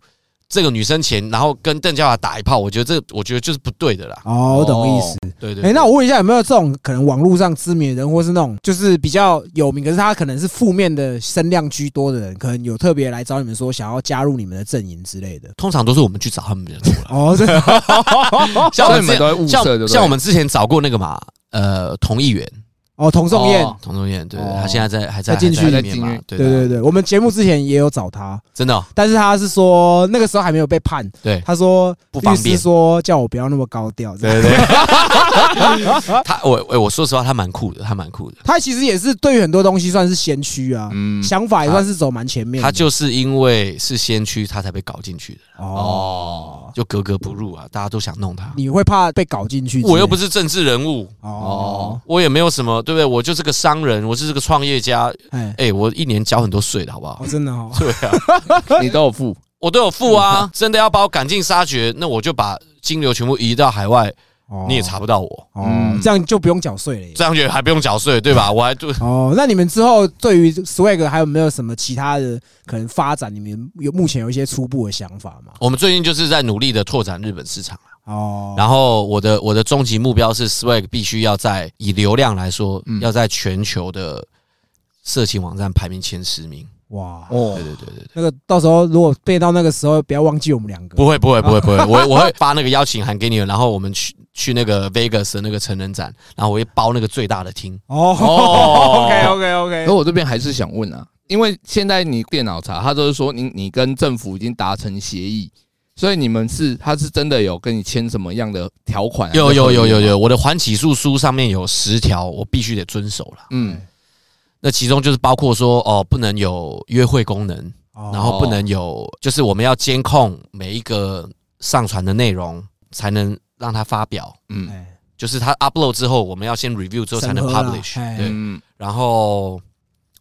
[SPEAKER 3] 这个女生钱，然后跟邓家华打一炮，我觉得这我觉得就是不对的
[SPEAKER 2] 啊
[SPEAKER 3] 啦。
[SPEAKER 1] 哦，我懂意思。
[SPEAKER 3] 对对
[SPEAKER 1] 哎、
[SPEAKER 3] 对
[SPEAKER 1] 那我问一下，有没有这种可能网络上知名的人，或是那种就是比较有名，可是他可能是负面的声量居多的人，可能有特别来找你们说想要加入你们的阵营之类的？
[SPEAKER 3] 通常都是我们去找他们的人
[SPEAKER 2] [laughs]
[SPEAKER 3] 做啦。
[SPEAKER 1] 哦，这
[SPEAKER 3] 像我
[SPEAKER 2] 所以你哦们
[SPEAKER 3] 们之前
[SPEAKER 2] 都会物色，对不对？
[SPEAKER 3] 像像我们之前找过那个嘛，呃，童议员，
[SPEAKER 1] 哦，
[SPEAKER 3] [laughs]
[SPEAKER 1] 童仲彦，
[SPEAKER 2] 哦
[SPEAKER 3] 童仲彦，对
[SPEAKER 2] 哦
[SPEAKER 3] 对，他现在在还在
[SPEAKER 1] 他进去
[SPEAKER 3] 还在里面
[SPEAKER 2] 还
[SPEAKER 3] 嘛
[SPEAKER 2] 在，
[SPEAKER 1] 对
[SPEAKER 3] 对
[SPEAKER 1] 对
[SPEAKER 3] 的，
[SPEAKER 1] 对，我们节目之前也有找他，
[SPEAKER 3] 真的哦
[SPEAKER 1] 但是他是说那个时候还没有被判，
[SPEAKER 3] 对
[SPEAKER 1] 他说
[SPEAKER 3] 不方
[SPEAKER 1] 律
[SPEAKER 3] 便
[SPEAKER 1] 师说叫我不要那么高调，对
[SPEAKER 3] 对对，他我哎我我说实话，他蛮酷的，他蛮酷的。
[SPEAKER 1] [laughs] 他其实也是对于很多东西算是先驱啊，
[SPEAKER 2] 嗯
[SPEAKER 1] 想法也算是走蛮前面的，
[SPEAKER 3] 他就是因为是先驱，他才被搞进去的，
[SPEAKER 1] 哦，
[SPEAKER 2] 哦，
[SPEAKER 3] 就格格不入啊！大家都想弄他，
[SPEAKER 1] 你会怕被搞进去之类的，
[SPEAKER 3] 我又不是政治人物，
[SPEAKER 1] 哦，
[SPEAKER 3] 我也没有什么，对不对？我就是个商人，我就是个创业家。
[SPEAKER 1] 哎，
[SPEAKER 3] 哎，我一年交很多税的好不好
[SPEAKER 1] 哦，？真的哦。
[SPEAKER 3] 对啊，
[SPEAKER 2] 你都有付，
[SPEAKER 3] 我都有付
[SPEAKER 1] [laughs]
[SPEAKER 3] 啊！真的要把我赶尽杀绝，那我就把金流全部移到海外，
[SPEAKER 1] 哦
[SPEAKER 3] 你也查不到我。
[SPEAKER 1] 哦
[SPEAKER 2] 嗯，
[SPEAKER 1] 这样就不用缴税了耶。
[SPEAKER 3] 这样也还不用缴税，对吧？我还对
[SPEAKER 1] 哦，那你们之后对于 Swag 还有没有什么其他的可能发展？你们有目前有一些初步的想法吗？
[SPEAKER 3] 我们最近就是在努力的拓展日本市场啊
[SPEAKER 1] 哦，
[SPEAKER 3] 然后我的我的终极目标是 Swag 必须要在以流量来说，要在全球的色情网站排名前十名。
[SPEAKER 1] 哇，
[SPEAKER 2] 哦
[SPEAKER 3] 对对对对。对
[SPEAKER 1] 那个到时候如果背到那个时候，不要忘记我们两个。
[SPEAKER 3] 不会不会不会 [laughs] 不会，啊我我会发那个邀请函给你，然后我们去去那个 Vegas 的那个成人展，然后我会包那个最大的厅。
[SPEAKER 1] 哦 [laughs]
[SPEAKER 2] 哦
[SPEAKER 1] ，OK OK
[SPEAKER 2] 可
[SPEAKER 1] OK，
[SPEAKER 2] 我这边还是想问啊，因为现在你电脑查，他都是说你你跟政府已经达成协议，所以你们是他是真的有跟你签什么样的
[SPEAKER 3] 哎
[SPEAKER 2] 条款、啊？
[SPEAKER 3] 有有有有
[SPEAKER 2] 有，
[SPEAKER 3] 有，我的缓起诉书上面有十条，我必须得遵守了。
[SPEAKER 2] 嗯，
[SPEAKER 3] 那其中就是包括说哦，不能有约会功能，
[SPEAKER 1] 然
[SPEAKER 3] 然后不
[SPEAKER 2] 哦
[SPEAKER 3] 能有，就是我们要监控每一个上传的内容，才能让它发表。
[SPEAKER 2] 嗯
[SPEAKER 3] 就是它 upload 之后，我们要先 review 之后才能
[SPEAKER 1] 哎审核啦
[SPEAKER 3] publish。
[SPEAKER 1] 哎
[SPEAKER 3] 对，
[SPEAKER 2] 嗯，
[SPEAKER 3] 然后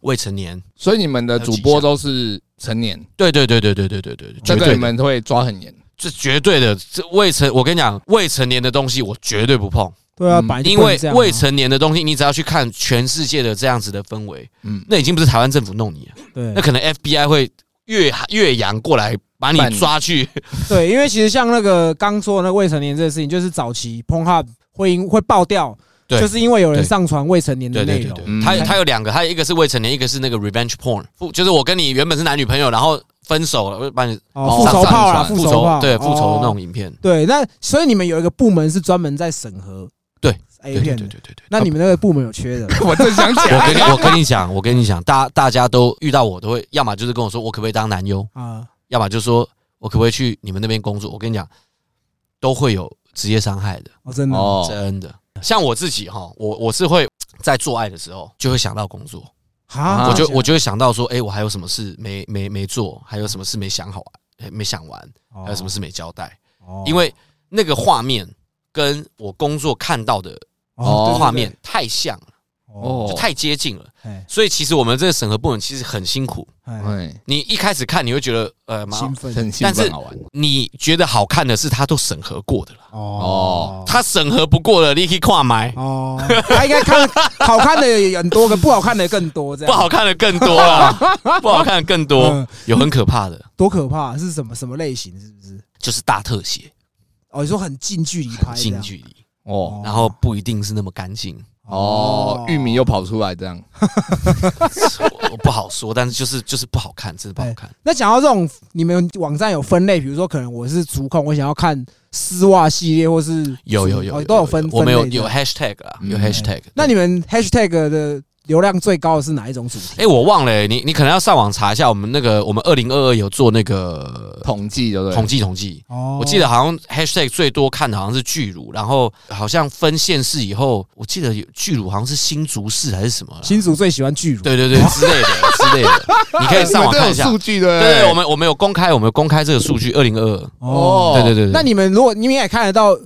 [SPEAKER 3] 未成年，
[SPEAKER 2] 所以你们的主播都是成年，
[SPEAKER 3] 对对对对对对对对对，
[SPEAKER 2] 这
[SPEAKER 3] 绝
[SPEAKER 2] 个
[SPEAKER 3] 对
[SPEAKER 2] 你
[SPEAKER 3] 的，
[SPEAKER 2] 们会抓很严。
[SPEAKER 3] 这绝对的，这未成，我跟你讲，未成年的东西我绝对不碰，
[SPEAKER 1] 对啊，
[SPEAKER 2] 嗯
[SPEAKER 1] 本来就
[SPEAKER 3] 因
[SPEAKER 1] 不能
[SPEAKER 3] 为
[SPEAKER 1] 这样啊
[SPEAKER 3] 未成年的东西，你只要去看全世界的这样子的氛围，
[SPEAKER 2] 嗯， [laughs]
[SPEAKER 3] 那已经不是台湾政府弄你了，
[SPEAKER 1] 对
[SPEAKER 3] 那可能 FBI 会越越洋过来把
[SPEAKER 2] 办
[SPEAKER 3] 你
[SPEAKER 2] 你
[SPEAKER 3] 抓去，
[SPEAKER 1] [laughs] 对，因为其实像那个刚说的那个未成年这个事情，就是早期 Pornhub 会因会爆掉，
[SPEAKER 3] 对
[SPEAKER 1] 就是因为有人
[SPEAKER 3] 对
[SPEAKER 1] 上传未成年的
[SPEAKER 3] 对对
[SPEAKER 1] 内
[SPEAKER 3] 对
[SPEAKER 1] 容
[SPEAKER 3] 对，，
[SPEAKER 2] 嗯
[SPEAKER 3] 他他有两个，他一个是未成年，一个是那个 revenge porn，不就是我跟你原本是男女朋友，然后分手了，我就把你
[SPEAKER 1] 哦，
[SPEAKER 2] 哦
[SPEAKER 1] 复仇炮啦，
[SPEAKER 2] 上传
[SPEAKER 1] 复仇炮，
[SPEAKER 3] 对复仇的
[SPEAKER 1] 哦。
[SPEAKER 3] 那种影片，
[SPEAKER 1] 对，那所以你们有一个部门是专门在审核
[SPEAKER 3] 对
[SPEAKER 1] A
[SPEAKER 3] 对对
[SPEAKER 1] 片
[SPEAKER 3] 对
[SPEAKER 1] 的
[SPEAKER 3] 对，对对。
[SPEAKER 1] 那你们那个部门有缺的吗？
[SPEAKER 2] 我正想讲，
[SPEAKER 3] 我
[SPEAKER 1] [laughs]
[SPEAKER 3] 跟你我跟你讲，我跟你讲，大大家都遇到我都会，要么就是跟我说我可不可以当男优，
[SPEAKER 1] 啊，
[SPEAKER 3] 要么就说我可不可以去你们那边工作。我跟你讲，都会有职业伤害的，
[SPEAKER 1] 哦，真的哦，
[SPEAKER 2] 哦，
[SPEAKER 3] 真的。像我自己哈，我我是会在做爱的时候就会想到工作，
[SPEAKER 1] 哈，
[SPEAKER 3] 啊我就
[SPEAKER 1] 真的
[SPEAKER 3] 我就会想到说，哎，我还有什么事没没没做，还有什么事没想好玩，哎没想完，
[SPEAKER 1] 假的
[SPEAKER 3] 还有什么事没交代，
[SPEAKER 1] 哦
[SPEAKER 3] 因为那个画面跟我工作看到的
[SPEAKER 1] 哦对对对
[SPEAKER 3] 画面太像了，
[SPEAKER 1] 哦，
[SPEAKER 3] 就
[SPEAKER 2] 哦
[SPEAKER 3] 太接近了。
[SPEAKER 1] 哎
[SPEAKER 3] 所以其实我们这个审核部门其实很辛苦。
[SPEAKER 1] 哎，
[SPEAKER 2] 哎，
[SPEAKER 3] 你一开始看你会觉得呃，麻
[SPEAKER 1] 兴奋
[SPEAKER 2] 很兴
[SPEAKER 3] 但
[SPEAKER 2] 奋
[SPEAKER 3] 是
[SPEAKER 2] 好玩。
[SPEAKER 3] 你觉得好看的是他都审核过的了，
[SPEAKER 1] 哦，
[SPEAKER 3] 他审核不过了，你可以跨买，
[SPEAKER 1] 哦，他应该看好看的也很多个，不好看的更多，这
[SPEAKER 3] [laughs] 不
[SPEAKER 1] 样
[SPEAKER 3] 好看的更多
[SPEAKER 1] [laughs]
[SPEAKER 3] 了，不好看的更多
[SPEAKER 1] 嗯，
[SPEAKER 3] 有很可怕的，
[SPEAKER 1] 多可怕，是什么什么类型？是不是？
[SPEAKER 3] 就是大特写，
[SPEAKER 1] 哦，你说很近距离
[SPEAKER 3] 很
[SPEAKER 1] 拍这
[SPEAKER 3] 近
[SPEAKER 1] 样，
[SPEAKER 3] 距离，
[SPEAKER 2] 哦
[SPEAKER 3] 然后不一定是那么干净，
[SPEAKER 2] 哦，玉米又跑出来这样，
[SPEAKER 3] 我我不好说，但是就是就是不好看，真的不好看。
[SPEAKER 1] 那讲到这种，你们网站有分类，比如说可能我是足控，我想要看丝袜系列，或是
[SPEAKER 3] 有有有
[SPEAKER 1] 哦，都有分，
[SPEAKER 3] 我们有
[SPEAKER 1] 分类这
[SPEAKER 3] 有
[SPEAKER 1] 样
[SPEAKER 3] hashtag 啊，有
[SPEAKER 2] 嗯
[SPEAKER 3] hashtag。
[SPEAKER 1] 那你们 hashtag 的流量最高的是哪一种主题？
[SPEAKER 3] 哎，我忘了，你你可能要上网查一下，我们那个我们二零二二有做那个
[SPEAKER 2] 统计对不对？
[SPEAKER 3] 统计统计，
[SPEAKER 1] 哦
[SPEAKER 3] 我记得好像 hashtag 最多看的好像是巨乳，然后好像分县市以后，我记得有巨乳好像是新竹市还是什么啦，
[SPEAKER 1] 新竹最喜欢巨乳，
[SPEAKER 3] 对对对之类的之类的，你可以上网看一
[SPEAKER 2] 你们都
[SPEAKER 1] [laughs]
[SPEAKER 3] 下
[SPEAKER 2] 有。数据的，
[SPEAKER 3] 对，我们我们有公开，我们有公开这个数据，二零二二。
[SPEAKER 1] 哦，
[SPEAKER 3] 对对对对，
[SPEAKER 1] 那你们如果你们也看得到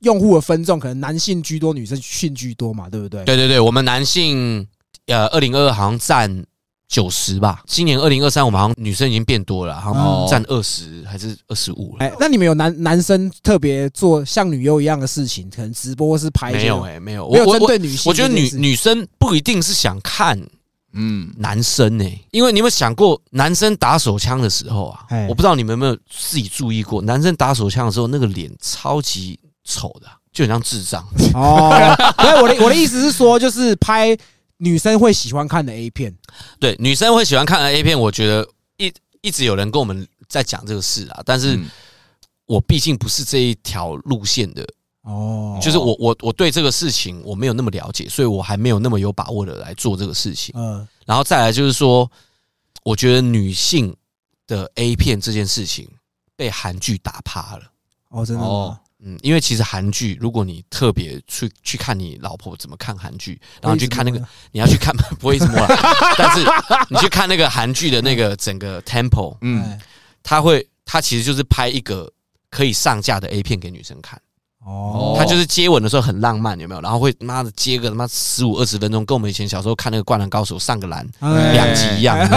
[SPEAKER 1] 用户的分众，可能男性居多，女生性居多嘛，对不对？
[SPEAKER 3] 对对对，我们男性呃二零二二好像占九十吧，今年二零二三我们好像女生已经变多了，好
[SPEAKER 2] 哦
[SPEAKER 3] 像占二十还是二十五了。
[SPEAKER 1] 哎，那你们有男男生特别做像女优一样的事情，可能直播是拍一些
[SPEAKER 3] 没有哎、没有，
[SPEAKER 1] 没
[SPEAKER 3] 我
[SPEAKER 1] 有
[SPEAKER 3] 我
[SPEAKER 1] 针
[SPEAKER 3] 我
[SPEAKER 1] 对女性
[SPEAKER 3] 我觉得
[SPEAKER 1] 这件
[SPEAKER 3] 女
[SPEAKER 1] 事情，
[SPEAKER 3] 女生不一定是想看
[SPEAKER 2] 嗯，
[SPEAKER 3] 男生呢、因为你有没有想过，男生打手枪的时候啊
[SPEAKER 1] 哎，
[SPEAKER 3] 我不知道你们有没有自己注意过，男生打手枪的时候那个脸超级丑的啊、就很像智障。
[SPEAKER 1] 哦， [laughs] 对，我的我的意思是说，就是拍女生会喜欢看的 A 片，
[SPEAKER 3] 对，女生会喜欢看 A 片，我觉得一一直有人跟我们在讲这个事啊，但是
[SPEAKER 2] 嗯
[SPEAKER 3] 我毕竟不是这一条路线的，
[SPEAKER 1] 哦，
[SPEAKER 3] 就是我我我对这个事情我没有那么了解，所以我还没有那么有把握的来做这个事情。
[SPEAKER 1] 呃，
[SPEAKER 3] 然后再来就是说，我觉得女性的 A 片这件事情被韩剧打趴了。
[SPEAKER 1] 哦，真的
[SPEAKER 2] 哦
[SPEAKER 1] 吗？
[SPEAKER 3] 嗯，因为其实韩剧，如果你特别去去看你老婆怎么看韩剧，然后去看那个，你要去看 [laughs] 不会一直摸啦，但是你去看那个韩剧的那个整个 tempo，
[SPEAKER 2] 嗯，
[SPEAKER 1] 哎，
[SPEAKER 3] 它会它其实就是拍一个可以上架的 A 片给女生看，
[SPEAKER 1] 哦，
[SPEAKER 3] 它就是接吻的时候很浪漫，有没有？然后会妈的接个他妈十五二十分钟，跟我们以前小时候看那个《灌篮高手》上个篮
[SPEAKER 1] 哎
[SPEAKER 3] 两集一样，有没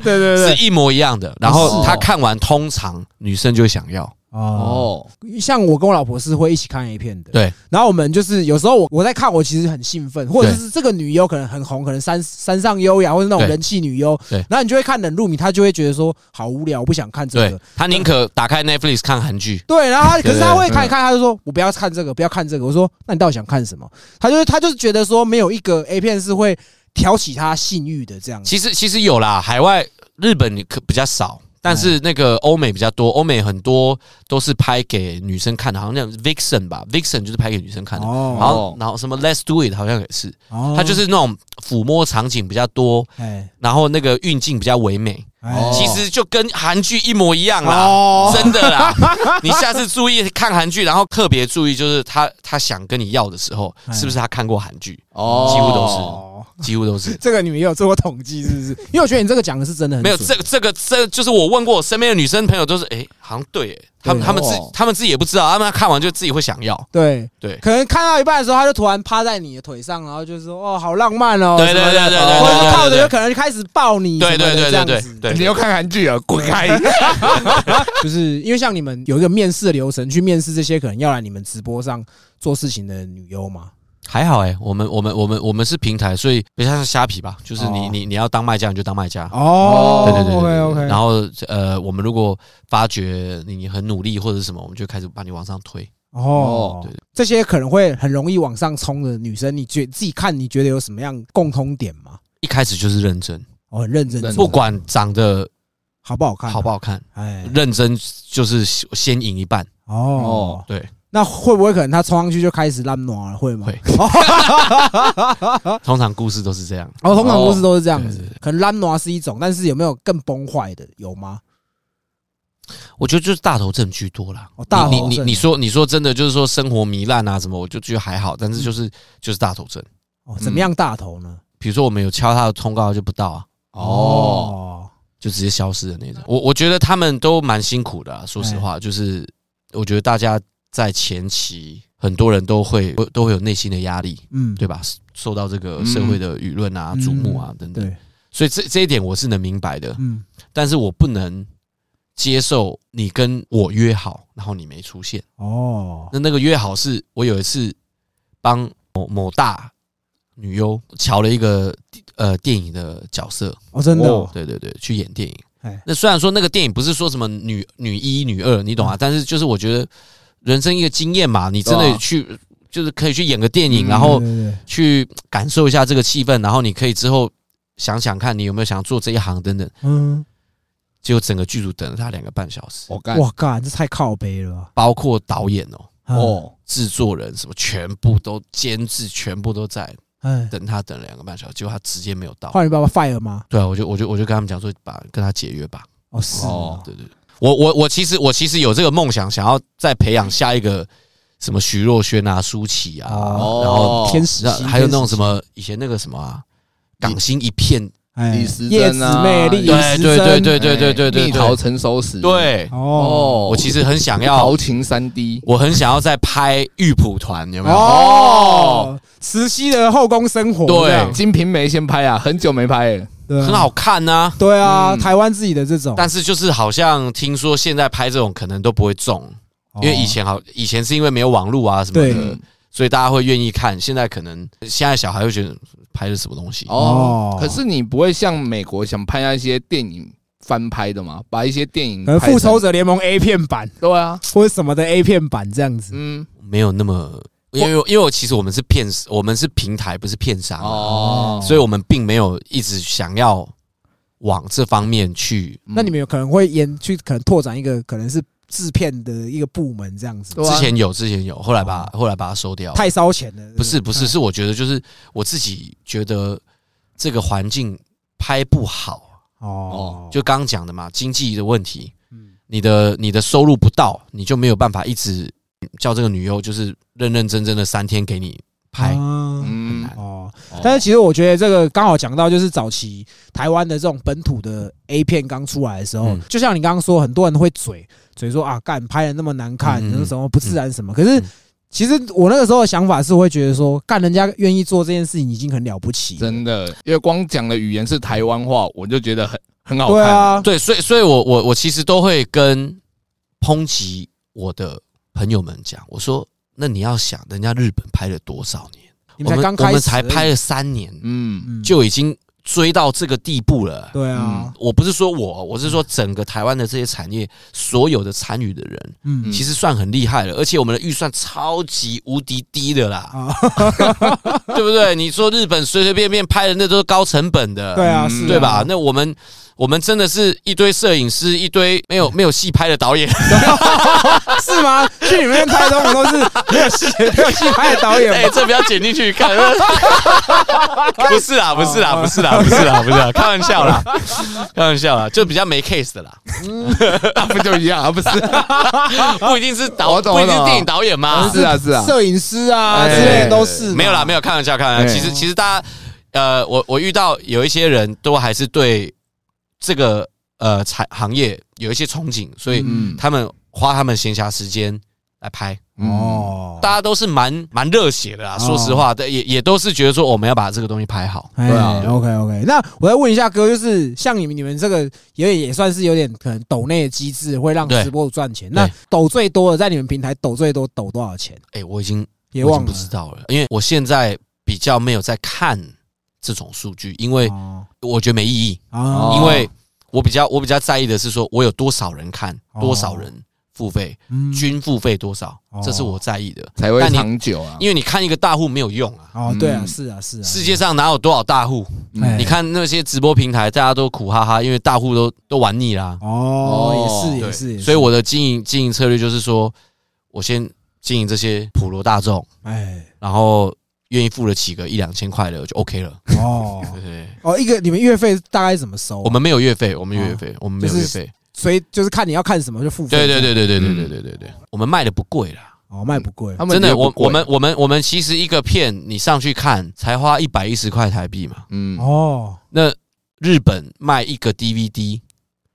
[SPEAKER 1] 对[laughs] 对对，
[SPEAKER 3] 是一模一样的。然
[SPEAKER 2] 哦
[SPEAKER 3] 后他看完，通常女生就会想要，
[SPEAKER 1] 哦，
[SPEAKER 2] 哦，
[SPEAKER 1] 像我跟我老婆是会一起看 A 片的，
[SPEAKER 3] 对。
[SPEAKER 1] 然后我们就是有时候我我在看，我其实很兴奋，或者
[SPEAKER 3] 对
[SPEAKER 1] 是这个女优可能很红，可能山山上优雅，或者那种
[SPEAKER 3] 对
[SPEAKER 1] 人气女优，
[SPEAKER 3] 对
[SPEAKER 1] 然后你就会看冷入迷，她就会觉得说好无聊，我不想看这
[SPEAKER 3] 对
[SPEAKER 1] 个。
[SPEAKER 3] 他宁可打开 Netflix 看韩剧。
[SPEAKER 1] 对，然后她可是她会
[SPEAKER 2] 对
[SPEAKER 3] 嗯
[SPEAKER 1] 看一看，她就说：“我不要看这个，不要看这个。”我说：“那你到底想看什么？”她就是她就是觉得说，没有一个 A 片是会挑起她性欲的这样子。
[SPEAKER 3] 其实其实有啦，海外日本你可比较少，但是那个欧美比较多，欧美很多都是拍给女生看的，好像叫 Vixen 吧，Vixen 就是拍给女生看的。然
[SPEAKER 1] 哦，
[SPEAKER 3] 后，然后什么 Let's Do It 好像也是，
[SPEAKER 1] 哦
[SPEAKER 3] 它就是那种抚摸场景比较多，
[SPEAKER 1] 哎
[SPEAKER 3] 然后那个运镜比较唯美，
[SPEAKER 1] 哎
[SPEAKER 2] 哦
[SPEAKER 3] 其实就跟韩剧一模一样啦，
[SPEAKER 1] 哦
[SPEAKER 3] 真的
[SPEAKER 1] [laughs]
[SPEAKER 3] 啦。啊你下次注意看韩剧，然后特别注意，就是他他想跟你要的时候，
[SPEAKER 1] 哎
[SPEAKER 3] 是不是他看过韩剧？
[SPEAKER 2] 哦
[SPEAKER 3] 几乎都是
[SPEAKER 1] 哦，
[SPEAKER 3] 几乎都是。
[SPEAKER 1] 这个你们也有做过统计是不 [laughs] 是？因为我觉得你这个讲的是真的很
[SPEAKER 3] 没有
[SPEAKER 1] 准
[SPEAKER 3] 这个这个这就是我问过我身边的女生朋友，都是哎、好像对、哎他们
[SPEAKER 1] 对
[SPEAKER 3] 他们自
[SPEAKER 2] 哦
[SPEAKER 3] 他们自己也不知道，他们看完就自己会想要。
[SPEAKER 1] 对
[SPEAKER 3] 对
[SPEAKER 1] 可能看到一半的时候，他就突然趴在你的腿上，然后就说：“哦，好浪漫哦。”
[SPEAKER 3] 对对对对对
[SPEAKER 1] 或者是靠着
[SPEAKER 3] 对
[SPEAKER 1] 就
[SPEAKER 3] 对
[SPEAKER 1] 可能开始抱你，
[SPEAKER 3] 对对对对对对对
[SPEAKER 2] 你又看韩剧啊，滚开！
[SPEAKER 1] 就是因为像你们有一个面试的流程，去面试这些可能要来你们直播上做事情的女优嘛。
[SPEAKER 3] 还好哎、我们我们我们我们是平台，所以不像虾皮吧，就是你、
[SPEAKER 1] 哦
[SPEAKER 3] 你你要当卖家你就当卖家。
[SPEAKER 1] 哦
[SPEAKER 3] 对对对对对
[SPEAKER 1] OK OK。
[SPEAKER 3] 然后呃，我们如果发觉你很努力或者什么，我们就开始把你往上推。
[SPEAKER 1] 哦，
[SPEAKER 3] 对对
[SPEAKER 1] 这些可能会很容易往上冲的女生，你觉自己看，你觉得有什么样共通点吗？
[SPEAKER 3] 一开始就是认真，
[SPEAKER 1] 哦，很认真
[SPEAKER 2] 认真
[SPEAKER 1] 做，
[SPEAKER 3] 不管长得
[SPEAKER 1] 好不好看？
[SPEAKER 3] 好不，嗯好看，
[SPEAKER 1] 哎，
[SPEAKER 3] 认真就是先赢一半。
[SPEAKER 1] 哦
[SPEAKER 2] 哦，
[SPEAKER 3] 对，
[SPEAKER 1] 那会不会可能她冲上去就开始烂暖了？会吗？
[SPEAKER 3] 会。
[SPEAKER 1] 啊
[SPEAKER 3] 通常故事都是这样。
[SPEAKER 1] 哦，通常公司都是这样子
[SPEAKER 3] 哦对对，
[SPEAKER 1] 可能烂暖是一种，但是有没有更崩坏的？有吗？
[SPEAKER 3] 我觉得就是大头症居多啦
[SPEAKER 1] 哦。大头
[SPEAKER 3] 你
[SPEAKER 1] 症
[SPEAKER 3] 你你你说你说真的就是说生活糜烂啊什么，我就觉得还好，但是就是就是大头症。
[SPEAKER 1] 哦，怎
[SPEAKER 3] 嗯
[SPEAKER 1] 么样大头呢？
[SPEAKER 3] 比如说我们有敲他的通告就不到啊，
[SPEAKER 2] 哦，，
[SPEAKER 3] 就直接消失的那种。我我觉得他们都蛮辛苦的啊、说
[SPEAKER 1] 哎
[SPEAKER 3] 实话，就是我觉得大家在前期很多人都会都会有内心的压力，
[SPEAKER 1] 嗯，
[SPEAKER 3] 对吧？受到这个社会的舆论啊、
[SPEAKER 1] 嗯
[SPEAKER 3] 瞩目啊等等，
[SPEAKER 1] 对，
[SPEAKER 3] 所以这这一点我是能明白的，
[SPEAKER 1] 嗯，
[SPEAKER 3] 但是我不能接受你跟我约好，然后你没出现。
[SPEAKER 1] 哦，
[SPEAKER 3] 那那个约好是我有一次帮某某大女优瞧了一个呃电影的角色，
[SPEAKER 1] 哦，真的哦，
[SPEAKER 3] 对对对，去演电影
[SPEAKER 1] 哎。
[SPEAKER 3] 那虽然说那个电影不是说什么女女一女二，你懂
[SPEAKER 1] 嗯
[SPEAKER 3] 啊？但是就是我觉得人生一个经验嘛，你真
[SPEAKER 2] 对
[SPEAKER 3] 的
[SPEAKER 2] 啊
[SPEAKER 3] 去就是可以去演个电影，
[SPEAKER 2] 嗯
[SPEAKER 3] 然后
[SPEAKER 1] 对对对
[SPEAKER 3] 去感受一下这个气氛，然后你可以之后想想看你有没有想做这一行等等。
[SPEAKER 1] 嗯，
[SPEAKER 3] 结果整个剧组等了他两个半小时，
[SPEAKER 2] [laughs] 我干
[SPEAKER 1] 哇，干，这太靠背了吧？
[SPEAKER 3] 包括导演哦、
[SPEAKER 1] 哦，
[SPEAKER 2] 哦，
[SPEAKER 3] 制作人什么全部都监制全部都在
[SPEAKER 1] 哎，
[SPEAKER 3] 等他等了两个半小时，结果他直接没有到。
[SPEAKER 1] 换你爸爸 fire 吗？
[SPEAKER 3] 对啊，我就我就我就跟他们讲说，把跟他解约吧。
[SPEAKER 1] 哦，是
[SPEAKER 2] 哦
[SPEAKER 1] 哦，
[SPEAKER 3] 对对，对我我我其实我其实有这个梦想，想要再培养下一个什么徐若瑄啊、舒淇啊，
[SPEAKER 1] 哦
[SPEAKER 3] 然后
[SPEAKER 1] 天使
[SPEAKER 3] 然后
[SPEAKER 1] 心
[SPEAKER 3] 还有那种什
[SPEAKER 1] 天
[SPEAKER 3] 么以前那个什么啊，港星一片，
[SPEAKER 1] 哎
[SPEAKER 2] 李时
[SPEAKER 1] 叶
[SPEAKER 2] 珍
[SPEAKER 1] 子
[SPEAKER 2] 啊
[SPEAKER 1] 妹，李
[SPEAKER 2] 对
[SPEAKER 1] 时
[SPEAKER 3] 对
[SPEAKER 1] 珍
[SPEAKER 3] 对对对对对对
[SPEAKER 2] 哎蜜桃成熟时，，
[SPEAKER 3] 对，
[SPEAKER 1] 哦
[SPEAKER 2] 哦，
[SPEAKER 3] 我其实很想要
[SPEAKER 2] 豪，情三 D，
[SPEAKER 3] 我很想要再拍玉蒲团，有没有？
[SPEAKER 1] 哦，慈禧的后宫生活
[SPEAKER 3] 对
[SPEAKER 1] 这样
[SPEAKER 2] 金瓶梅先拍啊，很久没拍了，
[SPEAKER 1] 对啊
[SPEAKER 3] 很好看呐、
[SPEAKER 1] 对啊，
[SPEAKER 2] 嗯
[SPEAKER 1] 台湾自己的这种，
[SPEAKER 3] 但是就是好像听说现在拍这种可能都不会中，因为以前好，以前是因为没有网络啊什么
[SPEAKER 1] 哦对
[SPEAKER 3] 的，
[SPEAKER 2] 嗯
[SPEAKER 3] 所以大家会愿意看。现在可能现在小孩会觉得拍的什么东西，
[SPEAKER 1] 哦
[SPEAKER 2] 哦，可是你不会像美国想拍那些电影翻拍的吗？把一些电影
[SPEAKER 1] 可能
[SPEAKER 2] 拍成
[SPEAKER 1] 复仇者联盟 A 片版
[SPEAKER 2] 对啊，
[SPEAKER 1] 或者什么的 A 片版这样子。
[SPEAKER 2] 嗯，
[SPEAKER 3] 没有那么，因为因为我其实我们是片，我们是平台，不是片商、哦，
[SPEAKER 2] 哦，
[SPEAKER 3] 所以我们并没有一直想要往这方面去。
[SPEAKER 1] 那你们有可能会研去可能拓展一个可能是制片的一个部门这样子，
[SPEAKER 2] 对啊哦
[SPEAKER 3] 之前有，之前有，后来把后来把它收掉。
[SPEAKER 1] 太烧钱了。
[SPEAKER 3] 哦不
[SPEAKER 2] 嗯
[SPEAKER 3] 是不
[SPEAKER 1] 啊
[SPEAKER 3] 是，是我觉得就是我自己觉得这个环境拍不好，
[SPEAKER 1] 哦，
[SPEAKER 3] 就刚刚讲的嘛，经济的问题，
[SPEAKER 2] 嗯
[SPEAKER 3] 你的你的收入不到，你就没有办法一直叫这个女优就是认认真真的三天给你拍。
[SPEAKER 1] 啊
[SPEAKER 3] 很
[SPEAKER 2] 嗯
[SPEAKER 3] 难，
[SPEAKER 1] 哦，
[SPEAKER 2] 哦
[SPEAKER 1] 但是其实我觉得这个刚好讲到，就是早期台湾的这种本土的 A 片刚出来的时候
[SPEAKER 3] 嗯，
[SPEAKER 1] 就像你刚刚说，很多人会嘴嘴说啊，干拍的那么难看，
[SPEAKER 3] 嗯嗯嗯
[SPEAKER 1] 那什么不自然什么。可是
[SPEAKER 3] 嗯
[SPEAKER 1] 其实我那个时候的想法是，我会觉得说，干人家愿意做这件事情已经很了不起了，
[SPEAKER 2] 真的，因为光讲的语言是台湾话，我就觉得很很好
[SPEAKER 1] 对
[SPEAKER 2] 看。
[SPEAKER 1] 啊，
[SPEAKER 3] 对，所以所以我我我其实都会跟抨击我的朋友们讲，我说那你要想，人家日本拍了多少年？
[SPEAKER 1] 你们
[SPEAKER 3] 我
[SPEAKER 1] 才
[SPEAKER 3] 们
[SPEAKER 1] 刚开始，
[SPEAKER 3] 我们才拍，了三年，
[SPEAKER 2] 嗯， [laughs]
[SPEAKER 1] 嗯，
[SPEAKER 3] 就已嗯经追到这个地步了。
[SPEAKER 1] 对啊，
[SPEAKER 3] 我不是说我，我是说整个台湾的这些产业，所有的参与的人，
[SPEAKER 1] 嗯，
[SPEAKER 3] 其实算很厉害了，而且我们的预算超级无敌低的啦，
[SPEAKER 1] [laughs] 啊，
[SPEAKER 3] 对不对？你说日本随随便便拍的那都是高成本的，
[SPEAKER 1] 对啊，
[SPEAKER 2] 嗯
[SPEAKER 1] 是啊
[SPEAKER 3] 对吧？？那我们我们真的是一堆摄影师，一堆
[SPEAKER 2] 嗯
[SPEAKER 3] 没有没有戏拍的
[SPEAKER 2] [laughs]
[SPEAKER 3] 导演，
[SPEAKER 1] 是吗？去你们那边拍东西都是没有戏、没有戏拍的导演
[SPEAKER 3] 哎、
[SPEAKER 1] 吗，
[SPEAKER 3] 这不要剪进
[SPEAKER 2] [laughs]
[SPEAKER 3] 去看。不是啦，不是啦，不是啦，不是
[SPEAKER 2] 哦
[SPEAKER 3] 啦，不是啦，开玩
[SPEAKER 2] [laughs]
[SPEAKER 3] 笑啦，开玩笑啦，就比较没 case 的啦，
[SPEAKER 2] 那不就一样啊？不是，
[SPEAKER 3] 不一定是导，
[SPEAKER 2] 啊我懂
[SPEAKER 3] 不
[SPEAKER 2] 我
[SPEAKER 3] 一
[SPEAKER 2] 懂
[SPEAKER 3] 定是电影导演嘛。
[SPEAKER 2] 是啊，是啊，
[SPEAKER 1] 摄影师啊
[SPEAKER 2] 哎
[SPEAKER 1] 之类的都是嘛。
[SPEAKER 3] 没有啦，没有开玩笑，开玩笑。
[SPEAKER 2] 哎
[SPEAKER 3] 其实其实大家，呃，我我遇到有一些人都还是对这个呃产行业有一些憧憬，所以
[SPEAKER 2] 嗯
[SPEAKER 3] 他们花他们闲暇时间来拍。
[SPEAKER 2] 哦，
[SPEAKER 1] 哦，
[SPEAKER 3] 大家都是蛮蛮热血的啦，
[SPEAKER 1] 哦
[SPEAKER 3] 说实话，对也也都是觉得说我们要把这个东西拍好。
[SPEAKER 1] 哎
[SPEAKER 2] 对啊
[SPEAKER 1] OK OK，那我再问一下哥，就是像你们你们这个也也算是有点可能抖内的机制，会让
[SPEAKER 3] 对
[SPEAKER 1] 直播主赚钱。那
[SPEAKER 3] 对
[SPEAKER 1] 抖最多的在你们平台抖最多抖多少钱？
[SPEAKER 3] 哎、我已经
[SPEAKER 1] 也
[SPEAKER 3] 我已
[SPEAKER 1] 忘
[SPEAKER 3] 经
[SPEAKER 1] 了
[SPEAKER 3] 不知道了，因为我现在比较没有在看这种数据，因为
[SPEAKER 1] 哦
[SPEAKER 3] 我觉得没意义，
[SPEAKER 1] 啊
[SPEAKER 3] 哦因为我比较我比较在意的是说我有多少人看，多少人付费，
[SPEAKER 1] 哦嗯
[SPEAKER 3] 均付费多少
[SPEAKER 1] 哦，
[SPEAKER 3] 这是我在意的。
[SPEAKER 2] 才会
[SPEAKER 3] 但你
[SPEAKER 2] 长久啊。
[SPEAKER 3] 因为你看一个大户没有用啊，
[SPEAKER 1] 哦，对啊，
[SPEAKER 2] 嗯
[SPEAKER 1] 是啊，是啊，
[SPEAKER 3] 世界上哪有多少大户？
[SPEAKER 1] 哎
[SPEAKER 3] 你看那些直播平台，大家都苦哈哈，因为大户都都玩腻啦、
[SPEAKER 1] 哦，也是
[SPEAKER 3] 对
[SPEAKER 1] 也是，也是
[SPEAKER 3] 所以我的经营经营策略就是说，我先经营这些普罗大众，
[SPEAKER 1] 哎
[SPEAKER 3] 然后愿意付得起个一两千块的就 OK
[SPEAKER 1] [laughs]
[SPEAKER 3] 了。
[SPEAKER 1] 哦
[SPEAKER 3] 对对对，
[SPEAKER 1] 哦，一个你们月费大概怎么收啊？
[SPEAKER 3] 我们没有月费，我们没有月费，我们没
[SPEAKER 1] 哦
[SPEAKER 3] 有
[SPEAKER 1] 就
[SPEAKER 3] 月
[SPEAKER 1] 是
[SPEAKER 3] 费。
[SPEAKER 1] 所以就是看你要看什么就付费。
[SPEAKER 3] 对对，对对对对
[SPEAKER 2] 嗯
[SPEAKER 3] 对对对对，我们卖的不贵啦，
[SPEAKER 1] 哦，卖不贵
[SPEAKER 2] 他们
[SPEAKER 3] 真的，
[SPEAKER 2] 觉得
[SPEAKER 3] 我
[SPEAKER 2] 不贵
[SPEAKER 3] 我们我们我们其实一个片你上去看才花一百一十块台币嘛，
[SPEAKER 2] 嗯
[SPEAKER 1] 哦，
[SPEAKER 3] 那日本卖一个 DVD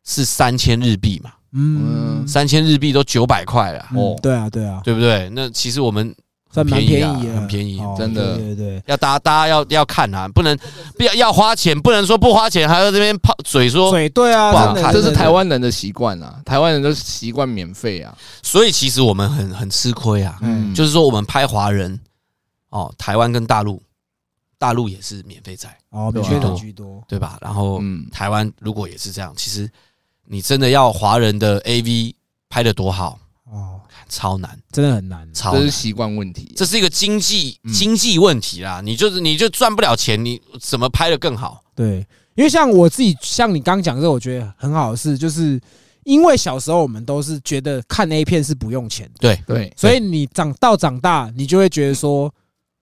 [SPEAKER 3] 是三千日币嘛，
[SPEAKER 1] 嗯
[SPEAKER 2] 嗯，
[SPEAKER 3] 三千日币都九百块了，
[SPEAKER 1] 哦
[SPEAKER 2] 哦，
[SPEAKER 1] 对啊对啊，
[SPEAKER 3] 对不对？那其实我们
[SPEAKER 1] 算蛮便
[SPEAKER 3] 便宜啊
[SPEAKER 1] 宜的，
[SPEAKER 3] 很便宜
[SPEAKER 1] 哦
[SPEAKER 2] 真的
[SPEAKER 1] 对对对。
[SPEAKER 3] 要大家大家要要看啊，不能不要要花钱，不能说不花钱还要这边泡嘴说。
[SPEAKER 1] 嘴对啊，
[SPEAKER 3] 不好
[SPEAKER 1] 真的
[SPEAKER 3] 看
[SPEAKER 2] 这
[SPEAKER 1] 真
[SPEAKER 2] 是
[SPEAKER 1] 的
[SPEAKER 2] 台湾人的习惯啊，台湾人都习惯免费啊。
[SPEAKER 3] 所以其实我们很很吃亏啊，
[SPEAKER 1] 嗯
[SPEAKER 2] 嗯，
[SPEAKER 3] 就是说我们拍华人哦，台湾跟大陆，大陆也是免费在，
[SPEAKER 1] 哦，免
[SPEAKER 2] 对啊
[SPEAKER 1] 费的居多。
[SPEAKER 3] 对吧？然后
[SPEAKER 2] 嗯
[SPEAKER 3] 台湾如果也是这样，其实你真的要华人的 AV 拍的多好，
[SPEAKER 1] 哦，
[SPEAKER 3] 超难，
[SPEAKER 1] 真的很难。
[SPEAKER 3] 超
[SPEAKER 2] 这是
[SPEAKER 3] 难。
[SPEAKER 2] 习惯问题。
[SPEAKER 3] 这是一个经济
[SPEAKER 2] 嗯
[SPEAKER 3] 经济问题啦，你就是你就赚不了钱，你怎么拍的更好？
[SPEAKER 1] 对，因为像我自己，像你刚讲这，我觉得很好的事，就是因为小时候我们都是觉得看 A 片是不用钱的，
[SPEAKER 3] 对
[SPEAKER 2] 对，
[SPEAKER 1] 所以你长到长大，你就会觉得说，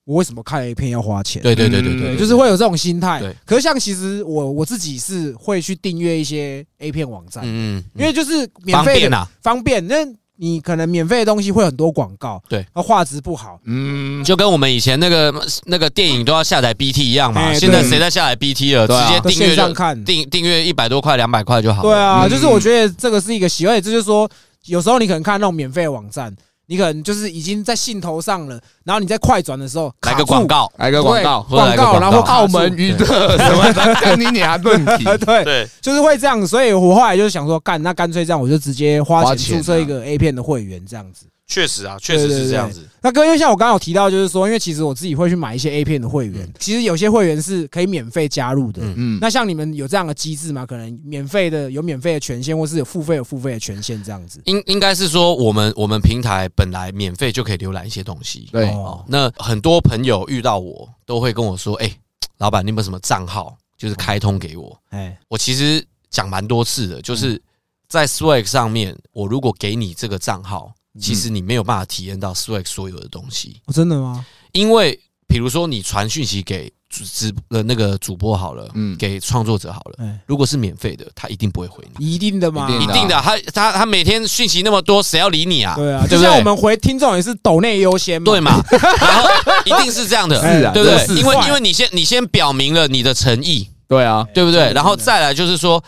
[SPEAKER 1] 我为什么看 A 片要花钱？
[SPEAKER 3] 对对对对
[SPEAKER 2] 嗯
[SPEAKER 1] 对，
[SPEAKER 3] 对，
[SPEAKER 1] 就是会有这种心态
[SPEAKER 3] 对。
[SPEAKER 1] 可是像其实我我自己是会去订阅一些 A 片网站，
[SPEAKER 3] 嗯嗯，
[SPEAKER 1] 因为就是免
[SPEAKER 3] 方
[SPEAKER 1] 费
[SPEAKER 3] 便
[SPEAKER 1] 的
[SPEAKER 3] 啊，
[SPEAKER 1] 方便，那你可能免费的东西会很多广告，
[SPEAKER 3] 对，
[SPEAKER 1] 而画质不好。
[SPEAKER 2] 嗯，
[SPEAKER 3] 就跟我们以前那个那个电影都要下载 BT 一样嘛，
[SPEAKER 1] 哎
[SPEAKER 3] 现在
[SPEAKER 1] 对
[SPEAKER 3] 谁在下载 BT 了？
[SPEAKER 2] 对啊
[SPEAKER 1] 都
[SPEAKER 3] 直接订
[SPEAKER 1] 线
[SPEAKER 3] 阅
[SPEAKER 1] 上
[SPEAKER 3] 就
[SPEAKER 1] 看，
[SPEAKER 3] 订订阅一百多块、两百块就好了。
[SPEAKER 1] 对啊，
[SPEAKER 2] 嗯
[SPEAKER 1] 就是我觉得这个是一个喜欢，也就是说，有时候你可能看那种免费的网站，你可能就是已经在兴头上了，然后你在快转的时候
[SPEAKER 3] 来个广，告，
[SPEAKER 2] 来
[SPEAKER 1] 卡
[SPEAKER 2] 个
[SPEAKER 1] 住
[SPEAKER 2] 广
[SPEAKER 1] 对
[SPEAKER 2] 告，
[SPEAKER 3] 或者来个
[SPEAKER 1] 告，然后
[SPEAKER 3] 广告
[SPEAKER 1] 卡
[SPEAKER 2] 澳
[SPEAKER 1] 住
[SPEAKER 2] 门娱乐什么的，看你俩论题。 [laughs]
[SPEAKER 1] 对，
[SPEAKER 3] 对，
[SPEAKER 1] 就是会这样，所以我后来就是想说，干，那干脆这样，我就直接花
[SPEAKER 2] 花
[SPEAKER 1] 钱
[SPEAKER 2] 钱
[SPEAKER 1] 注册一个 A 片的会员这样子。
[SPEAKER 3] 确实啊，确
[SPEAKER 1] 对
[SPEAKER 3] 实
[SPEAKER 1] 对
[SPEAKER 3] 是
[SPEAKER 1] 对
[SPEAKER 3] 这样子。
[SPEAKER 1] 那哥，因为像我刚刚有提到，就是说，因为其实我自己会去买一些 A 片的会员，其实有些会员是可以免费加入的。
[SPEAKER 3] 嗯
[SPEAKER 2] 嗯，
[SPEAKER 1] 那像你们有这样的机制吗？可能免费的有免费的权限，或是有付费有付费的权限这样子。
[SPEAKER 3] 应应该是说，我们我们平台本来免费就可以浏览一些东西。
[SPEAKER 2] 对，啊
[SPEAKER 1] 哦
[SPEAKER 3] 那很多朋友遇到我都会跟我说：“哎，老板，你有没有什么账号？就是开通给我。
[SPEAKER 1] 哎，”
[SPEAKER 3] 我其实讲蛮多次的，就是
[SPEAKER 1] 嗯
[SPEAKER 3] 在 Swag 上面，我如果给你这个账号，
[SPEAKER 1] 嗯
[SPEAKER 3] 其实你没有办法体验到 Swag 所有的东西。
[SPEAKER 1] 哦真的吗？
[SPEAKER 3] 因为比如说你传讯息给主直呃那个主播好了，
[SPEAKER 2] 嗯
[SPEAKER 3] 给创作者好了，
[SPEAKER 1] 哎，
[SPEAKER 3] 如果是免费的，他一定不会回你，
[SPEAKER 1] 一定的嘛，
[SPEAKER 2] 一啊
[SPEAKER 3] 一定的，他他他每天讯息那么多，谁要理你啊？
[SPEAKER 1] 对啊，
[SPEAKER 3] 对
[SPEAKER 1] 就
[SPEAKER 3] 不
[SPEAKER 1] 像我
[SPEAKER 3] 对？
[SPEAKER 1] 们回听众也是抖内优先嘛，[laughs]
[SPEAKER 3] 对嘛，然后一定是这样的，
[SPEAKER 1] 哎
[SPEAKER 2] 是啊，
[SPEAKER 3] 对不
[SPEAKER 2] 这
[SPEAKER 3] 对？
[SPEAKER 2] 是
[SPEAKER 3] 因为
[SPEAKER 1] 快
[SPEAKER 3] 因为你先你先表明了你的诚意，
[SPEAKER 2] 对啊，
[SPEAKER 3] 对不
[SPEAKER 1] 真
[SPEAKER 3] 对？
[SPEAKER 1] 的
[SPEAKER 3] 然后
[SPEAKER 1] 真的
[SPEAKER 3] 再来就是说，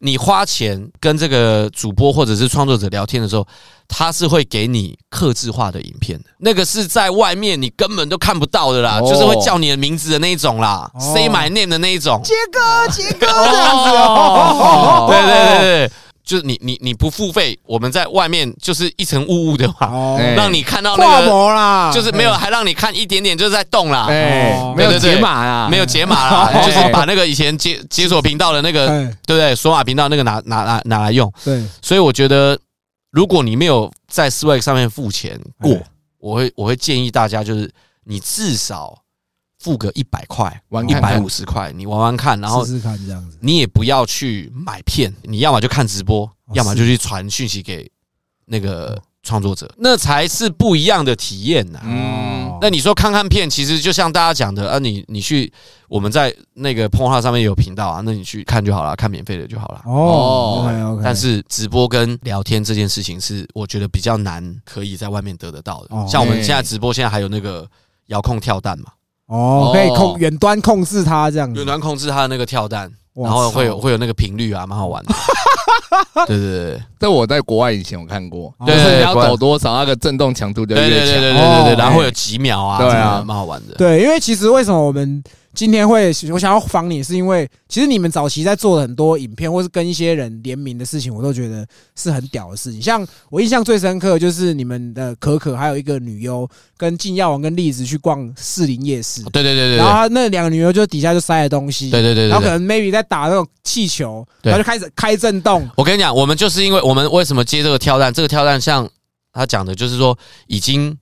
[SPEAKER 3] 你花钱跟这个主播或者是创作者聊天的时候，他是会给你克制化的影片的，那个是在外面你根本都看不到的啦，
[SPEAKER 2] 哦
[SPEAKER 3] 就是会叫你的名字的那一种啦、
[SPEAKER 1] 哦
[SPEAKER 3] s a y my name 的那一种，
[SPEAKER 1] 杰哥，杰哥这样子哦，
[SPEAKER 2] 哦
[SPEAKER 3] 对对对对对，就是你你你不付费，我们在外面就是一层雾雾的嘛，
[SPEAKER 1] 哦，
[SPEAKER 2] 哎
[SPEAKER 3] 让你看到
[SPEAKER 1] 跨
[SPEAKER 3] 那个
[SPEAKER 1] 模哎啦，
[SPEAKER 3] 就是没有，还让你看一点点就是在动啦。
[SPEAKER 2] 哎
[SPEAKER 1] 哦，
[SPEAKER 2] 没有
[SPEAKER 3] 对对对
[SPEAKER 2] 解码啊，
[SPEAKER 3] 没有解码啦，
[SPEAKER 2] 哎
[SPEAKER 3] 就是把那个以前解解锁频道的那个，
[SPEAKER 1] 哎，
[SPEAKER 3] 对不对？索马频道那个拿拿拿拿来用，
[SPEAKER 1] 对，
[SPEAKER 3] 所以我觉得，如果你没有在 Swag 上面付钱过
[SPEAKER 1] 哎，
[SPEAKER 3] 我会我会建议大家，就是你至少付个一百块、
[SPEAKER 2] 玩
[SPEAKER 3] 一
[SPEAKER 2] 看
[SPEAKER 3] 百
[SPEAKER 2] 看
[SPEAKER 3] 五十块，你玩玩看，然后
[SPEAKER 1] 试试看这样子。
[SPEAKER 3] 你也不要去买片，你要么就看直播，要么
[SPEAKER 1] 是
[SPEAKER 3] 就去传讯息给那个创作者，那才是不一样的体验呐、
[SPEAKER 2] 嗯
[SPEAKER 1] 哦
[SPEAKER 3] 那你说看看片，其实就像大家讲的啊，你你去我们在那个 p o n h 上面也有频道啊，那你去看就好了，看免费的就好了。
[SPEAKER 1] 哦
[SPEAKER 2] 哦
[SPEAKER 1] ，OK OK，
[SPEAKER 3] 但是直播跟聊天这件事情是我觉得比较难可以在外面得得到
[SPEAKER 1] 哦
[SPEAKER 3] 的。像我们
[SPEAKER 2] 对
[SPEAKER 3] 现在直播，现在还有那个遥控跳蛋嘛，
[SPEAKER 1] 哦，可以控
[SPEAKER 2] 哦
[SPEAKER 1] 远端控制它这样
[SPEAKER 3] 远
[SPEAKER 1] 子，
[SPEAKER 3] 端控制它的那个跳蛋，
[SPEAKER 1] 哇
[SPEAKER 3] 然后会有
[SPEAKER 1] 操
[SPEAKER 3] 会有那个频率啊，蛮好玩
[SPEAKER 1] [laughs]
[SPEAKER 3] 的。对对对
[SPEAKER 2] 但我在国外以前有看过，
[SPEAKER 1] 哦
[SPEAKER 2] 就是你要
[SPEAKER 3] 对
[SPEAKER 2] 走多少，那个震动强度就
[SPEAKER 3] 对对对
[SPEAKER 2] 越
[SPEAKER 3] 对
[SPEAKER 2] 强。
[SPEAKER 3] 对对
[SPEAKER 1] 哦
[SPEAKER 3] 对，然
[SPEAKER 1] 哎
[SPEAKER 3] 后会有几秒啊，
[SPEAKER 2] 对啊
[SPEAKER 3] 这样蛮好玩的。
[SPEAKER 1] 对，因为其实为什么我们今天会我想要访你，是因为其实你们早期在做的很多影片，或是跟一些人联名的事情，我都觉得是很屌的事情。像我印象最深刻的就是你们的可可还有一个女优跟禁药王跟栗子去逛士林夜市，
[SPEAKER 3] 对对对对
[SPEAKER 1] 然后她那两个女优就底下就塞了东西，
[SPEAKER 3] 对对对对
[SPEAKER 1] 然后
[SPEAKER 3] 对
[SPEAKER 1] 可。能 maybe 在打那种气球，
[SPEAKER 3] 对
[SPEAKER 1] 然后就开始开震动，
[SPEAKER 3] 我跟你讲，我们就是因为我们为什么接这个挑战？这个挑战像他讲的，就是说已经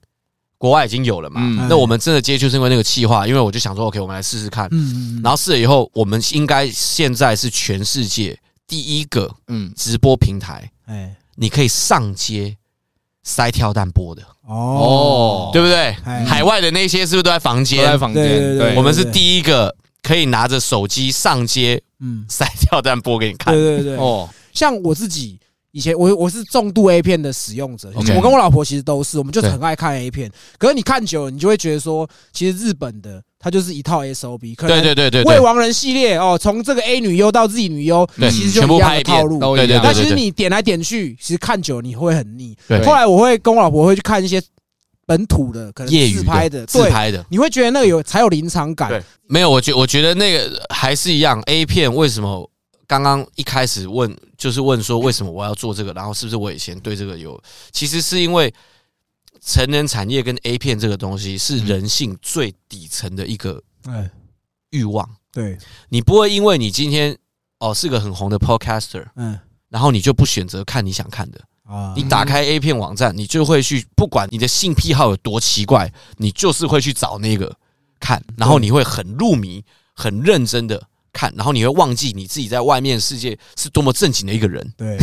[SPEAKER 3] 国外已经有了嘛。
[SPEAKER 2] 嗯
[SPEAKER 3] 那我们真的接触是因为那个气化，因为我就想说，OK，我们来试试看。
[SPEAKER 1] 嗯，
[SPEAKER 3] 然后试了以后，我们应该现在是全世界第一个
[SPEAKER 2] 嗯，
[SPEAKER 3] 直播平台，
[SPEAKER 1] 哎，
[SPEAKER 3] 你可以上街塞跳蛋播的，
[SPEAKER 1] 哦
[SPEAKER 2] 哦，
[SPEAKER 3] 对不对？
[SPEAKER 1] 哎
[SPEAKER 3] 海外的那些是不是都在房
[SPEAKER 2] 都在
[SPEAKER 3] 间？
[SPEAKER 2] 房
[SPEAKER 1] 对
[SPEAKER 2] 间，
[SPEAKER 1] 对对
[SPEAKER 2] 对
[SPEAKER 3] 我，们是第一个可以拿着手机上街
[SPEAKER 1] 嗯，
[SPEAKER 3] 塞跳蛋播给你看
[SPEAKER 1] 对。对对，
[SPEAKER 2] 哦，
[SPEAKER 1] 像我自己以前我我是重度 A 片的使用者
[SPEAKER 3] OK 嗯
[SPEAKER 1] 我跟我老婆其实都是，我们就是
[SPEAKER 3] 对
[SPEAKER 1] 很爱看 A 片。可是你看久了，你就会觉得说，其实日本的它就是一套 SOP，可
[SPEAKER 3] 对
[SPEAKER 1] 能
[SPEAKER 3] 对对对
[SPEAKER 1] 未
[SPEAKER 3] 对，
[SPEAKER 1] 亡人系列哦，从这个 A 女优到 Z 女优，
[SPEAKER 3] 对
[SPEAKER 1] 其实就
[SPEAKER 3] 全部
[SPEAKER 1] 一样
[SPEAKER 3] 拍
[SPEAKER 1] 的
[SPEAKER 3] 一遍
[SPEAKER 1] 套路。
[SPEAKER 2] 都
[SPEAKER 3] 对
[SPEAKER 2] 一
[SPEAKER 3] 对
[SPEAKER 2] 样。
[SPEAKER 1] 但
[SPEAKER 3] 对
[SPEAKER 1] 其实你点来点去，其实看久了你会很腻。
[SPEAKER 3] 对
[SPEAKER 1] 后来我会跟我老婆会去看一些本土的，可能
[SPEAKER 3] 业
[SPEAKER 1] 自
[SPEAKER 3] 余
[SPEAKER 1] 拍
[SPEAKER 3] 的
[SPEAKER 1] 的，
[SPEAKER 3] 自
[SPEAKER 1] 对，
[SPEAKER 3] 拍的。
[SPEAKER 1] 你会觉得那个有才有临场感
[SPEAKER 3] 对。没有，我觉我觉得那个还是一样。A 片为什么刚刚一开始问就是问说为什么我要做这个，然后是不是我以前对这个有？其实是因为成人产业跟 A 片这个东西是人性最底层的一个
[SPEAKER 1] 哎，
[SPEAKER 3] 欲望。
[SPEAKER 1] 对，
[SPEAKER 3] 你不会因为你今天哦是个很红的 podcaster，
[SPEAKER 1] 嗯
[SPEAKER 3] 然后你就不选择看你想看的。
[SPEAKER 1] 啊
[SPEAKER 3] 你打开 A 片网站，你就会去，不管你的性癖好有多奇怪，你就是会去找那个看，然后你会很入迷、很认真的看，然后你会忘记你自己在外面世界是多么正经的一个人。
[SPEAKER 1] [laughs] 对，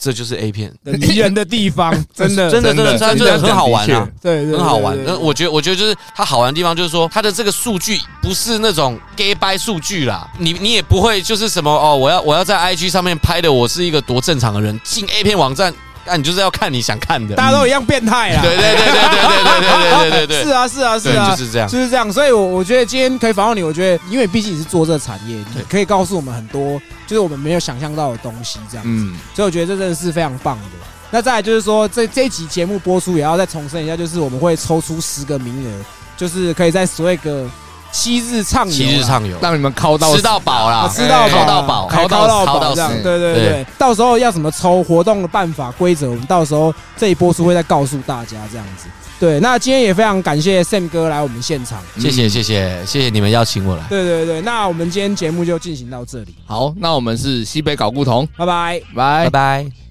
[SPEAKER 3] 这就是 A 片，
[SPEAKER 1] [laughs] 很迷人的地方， [laughs]
[SPEAKER 3] [laughs]
[SPEAKER 1] 真的
[SPEAKER 3] 真的真的真的真的很好玩啊，
[SPEAKER 1] 对，对
[SPEAKER 3] 很好玩
[SPEAKER 1] 对。对
[SPEAKER 3] 那我觉得，我觉得就是它好玩的地方，就是说它的这个数据不是那种 gay by 数据啦，你你也不会就是什么哦，我要我要在 IG 上面拍的，我是一个多正常的人，进 A 片网站，那、你就是要看你想看的。
[SPEAKER 1] 大家都一样变态啦。
[SPEAKER 3] 对对对对对对对对对对对，
[SPEAKER 1] 是啊，是啊，是
[SPEAKER 3] 嗯对，
[SPEAKER 1] 啊，
[SPEAKER 3] 就是这样。
[SPEAKER 1] 就是这样。所以，我我觉得今天可以访问你，我觉得，因为毕竟你是做这个产业，你
[SPEAKER 3] 对
[SPEAKER 1] 可以告诉我们很多，就是我们没有想象到的东西，这样。
[SPEAKER 2] 嗯，
[SPEAKER 1] 所以，我觉得这真的是非常棒的。那再来就是说，这这一集节目播出，也要再重申一下，就是我们会抽出十个名额，就是可以在所谓个七日畅游啦，
[SPEAKER 3] 七日畅游，
[SPEAKER 2] 让你们敲到
[SPEAKER 3] 吃到饱
[SPEAKER 1] 啊，
[SPEAKER 3] 啦，
[SPEAKER 1] 吃到饱，哎
[SPEAKER 3] 烤到饱，
[SPEAKER 1] 烤
[SPEAKER 3] 哎烤
[SPEAKER 1] 到
[SPEAKER 3] 到
[SPEAKER 1] 饱
[SPEAKER 3] 烤到
[SPEAKER 1] 这样
[SPEAKER 3] 死。
[SPEAKER 1] 对对
[SPEAKER 3] 对
[SPEAKER 1] 对，到时候要怎么抽活动的办法规则，我们到时候这一播出会再告诉大家这样子。对，那今天也非常感谢 Sam 哥来我们现场。
[SPEAKER 3] 谢谢谢谢谢谢你们邀请我来，
[SPEAKER 1] 对对对，那我们今天节目就进行到这里，
[SPEAKER 2] 好，那我们是西北搞固同，
[SPEAKER 1] 拜拜。
[SPEAKER 2] 拜
[SPEAKER 3] 拜。拜。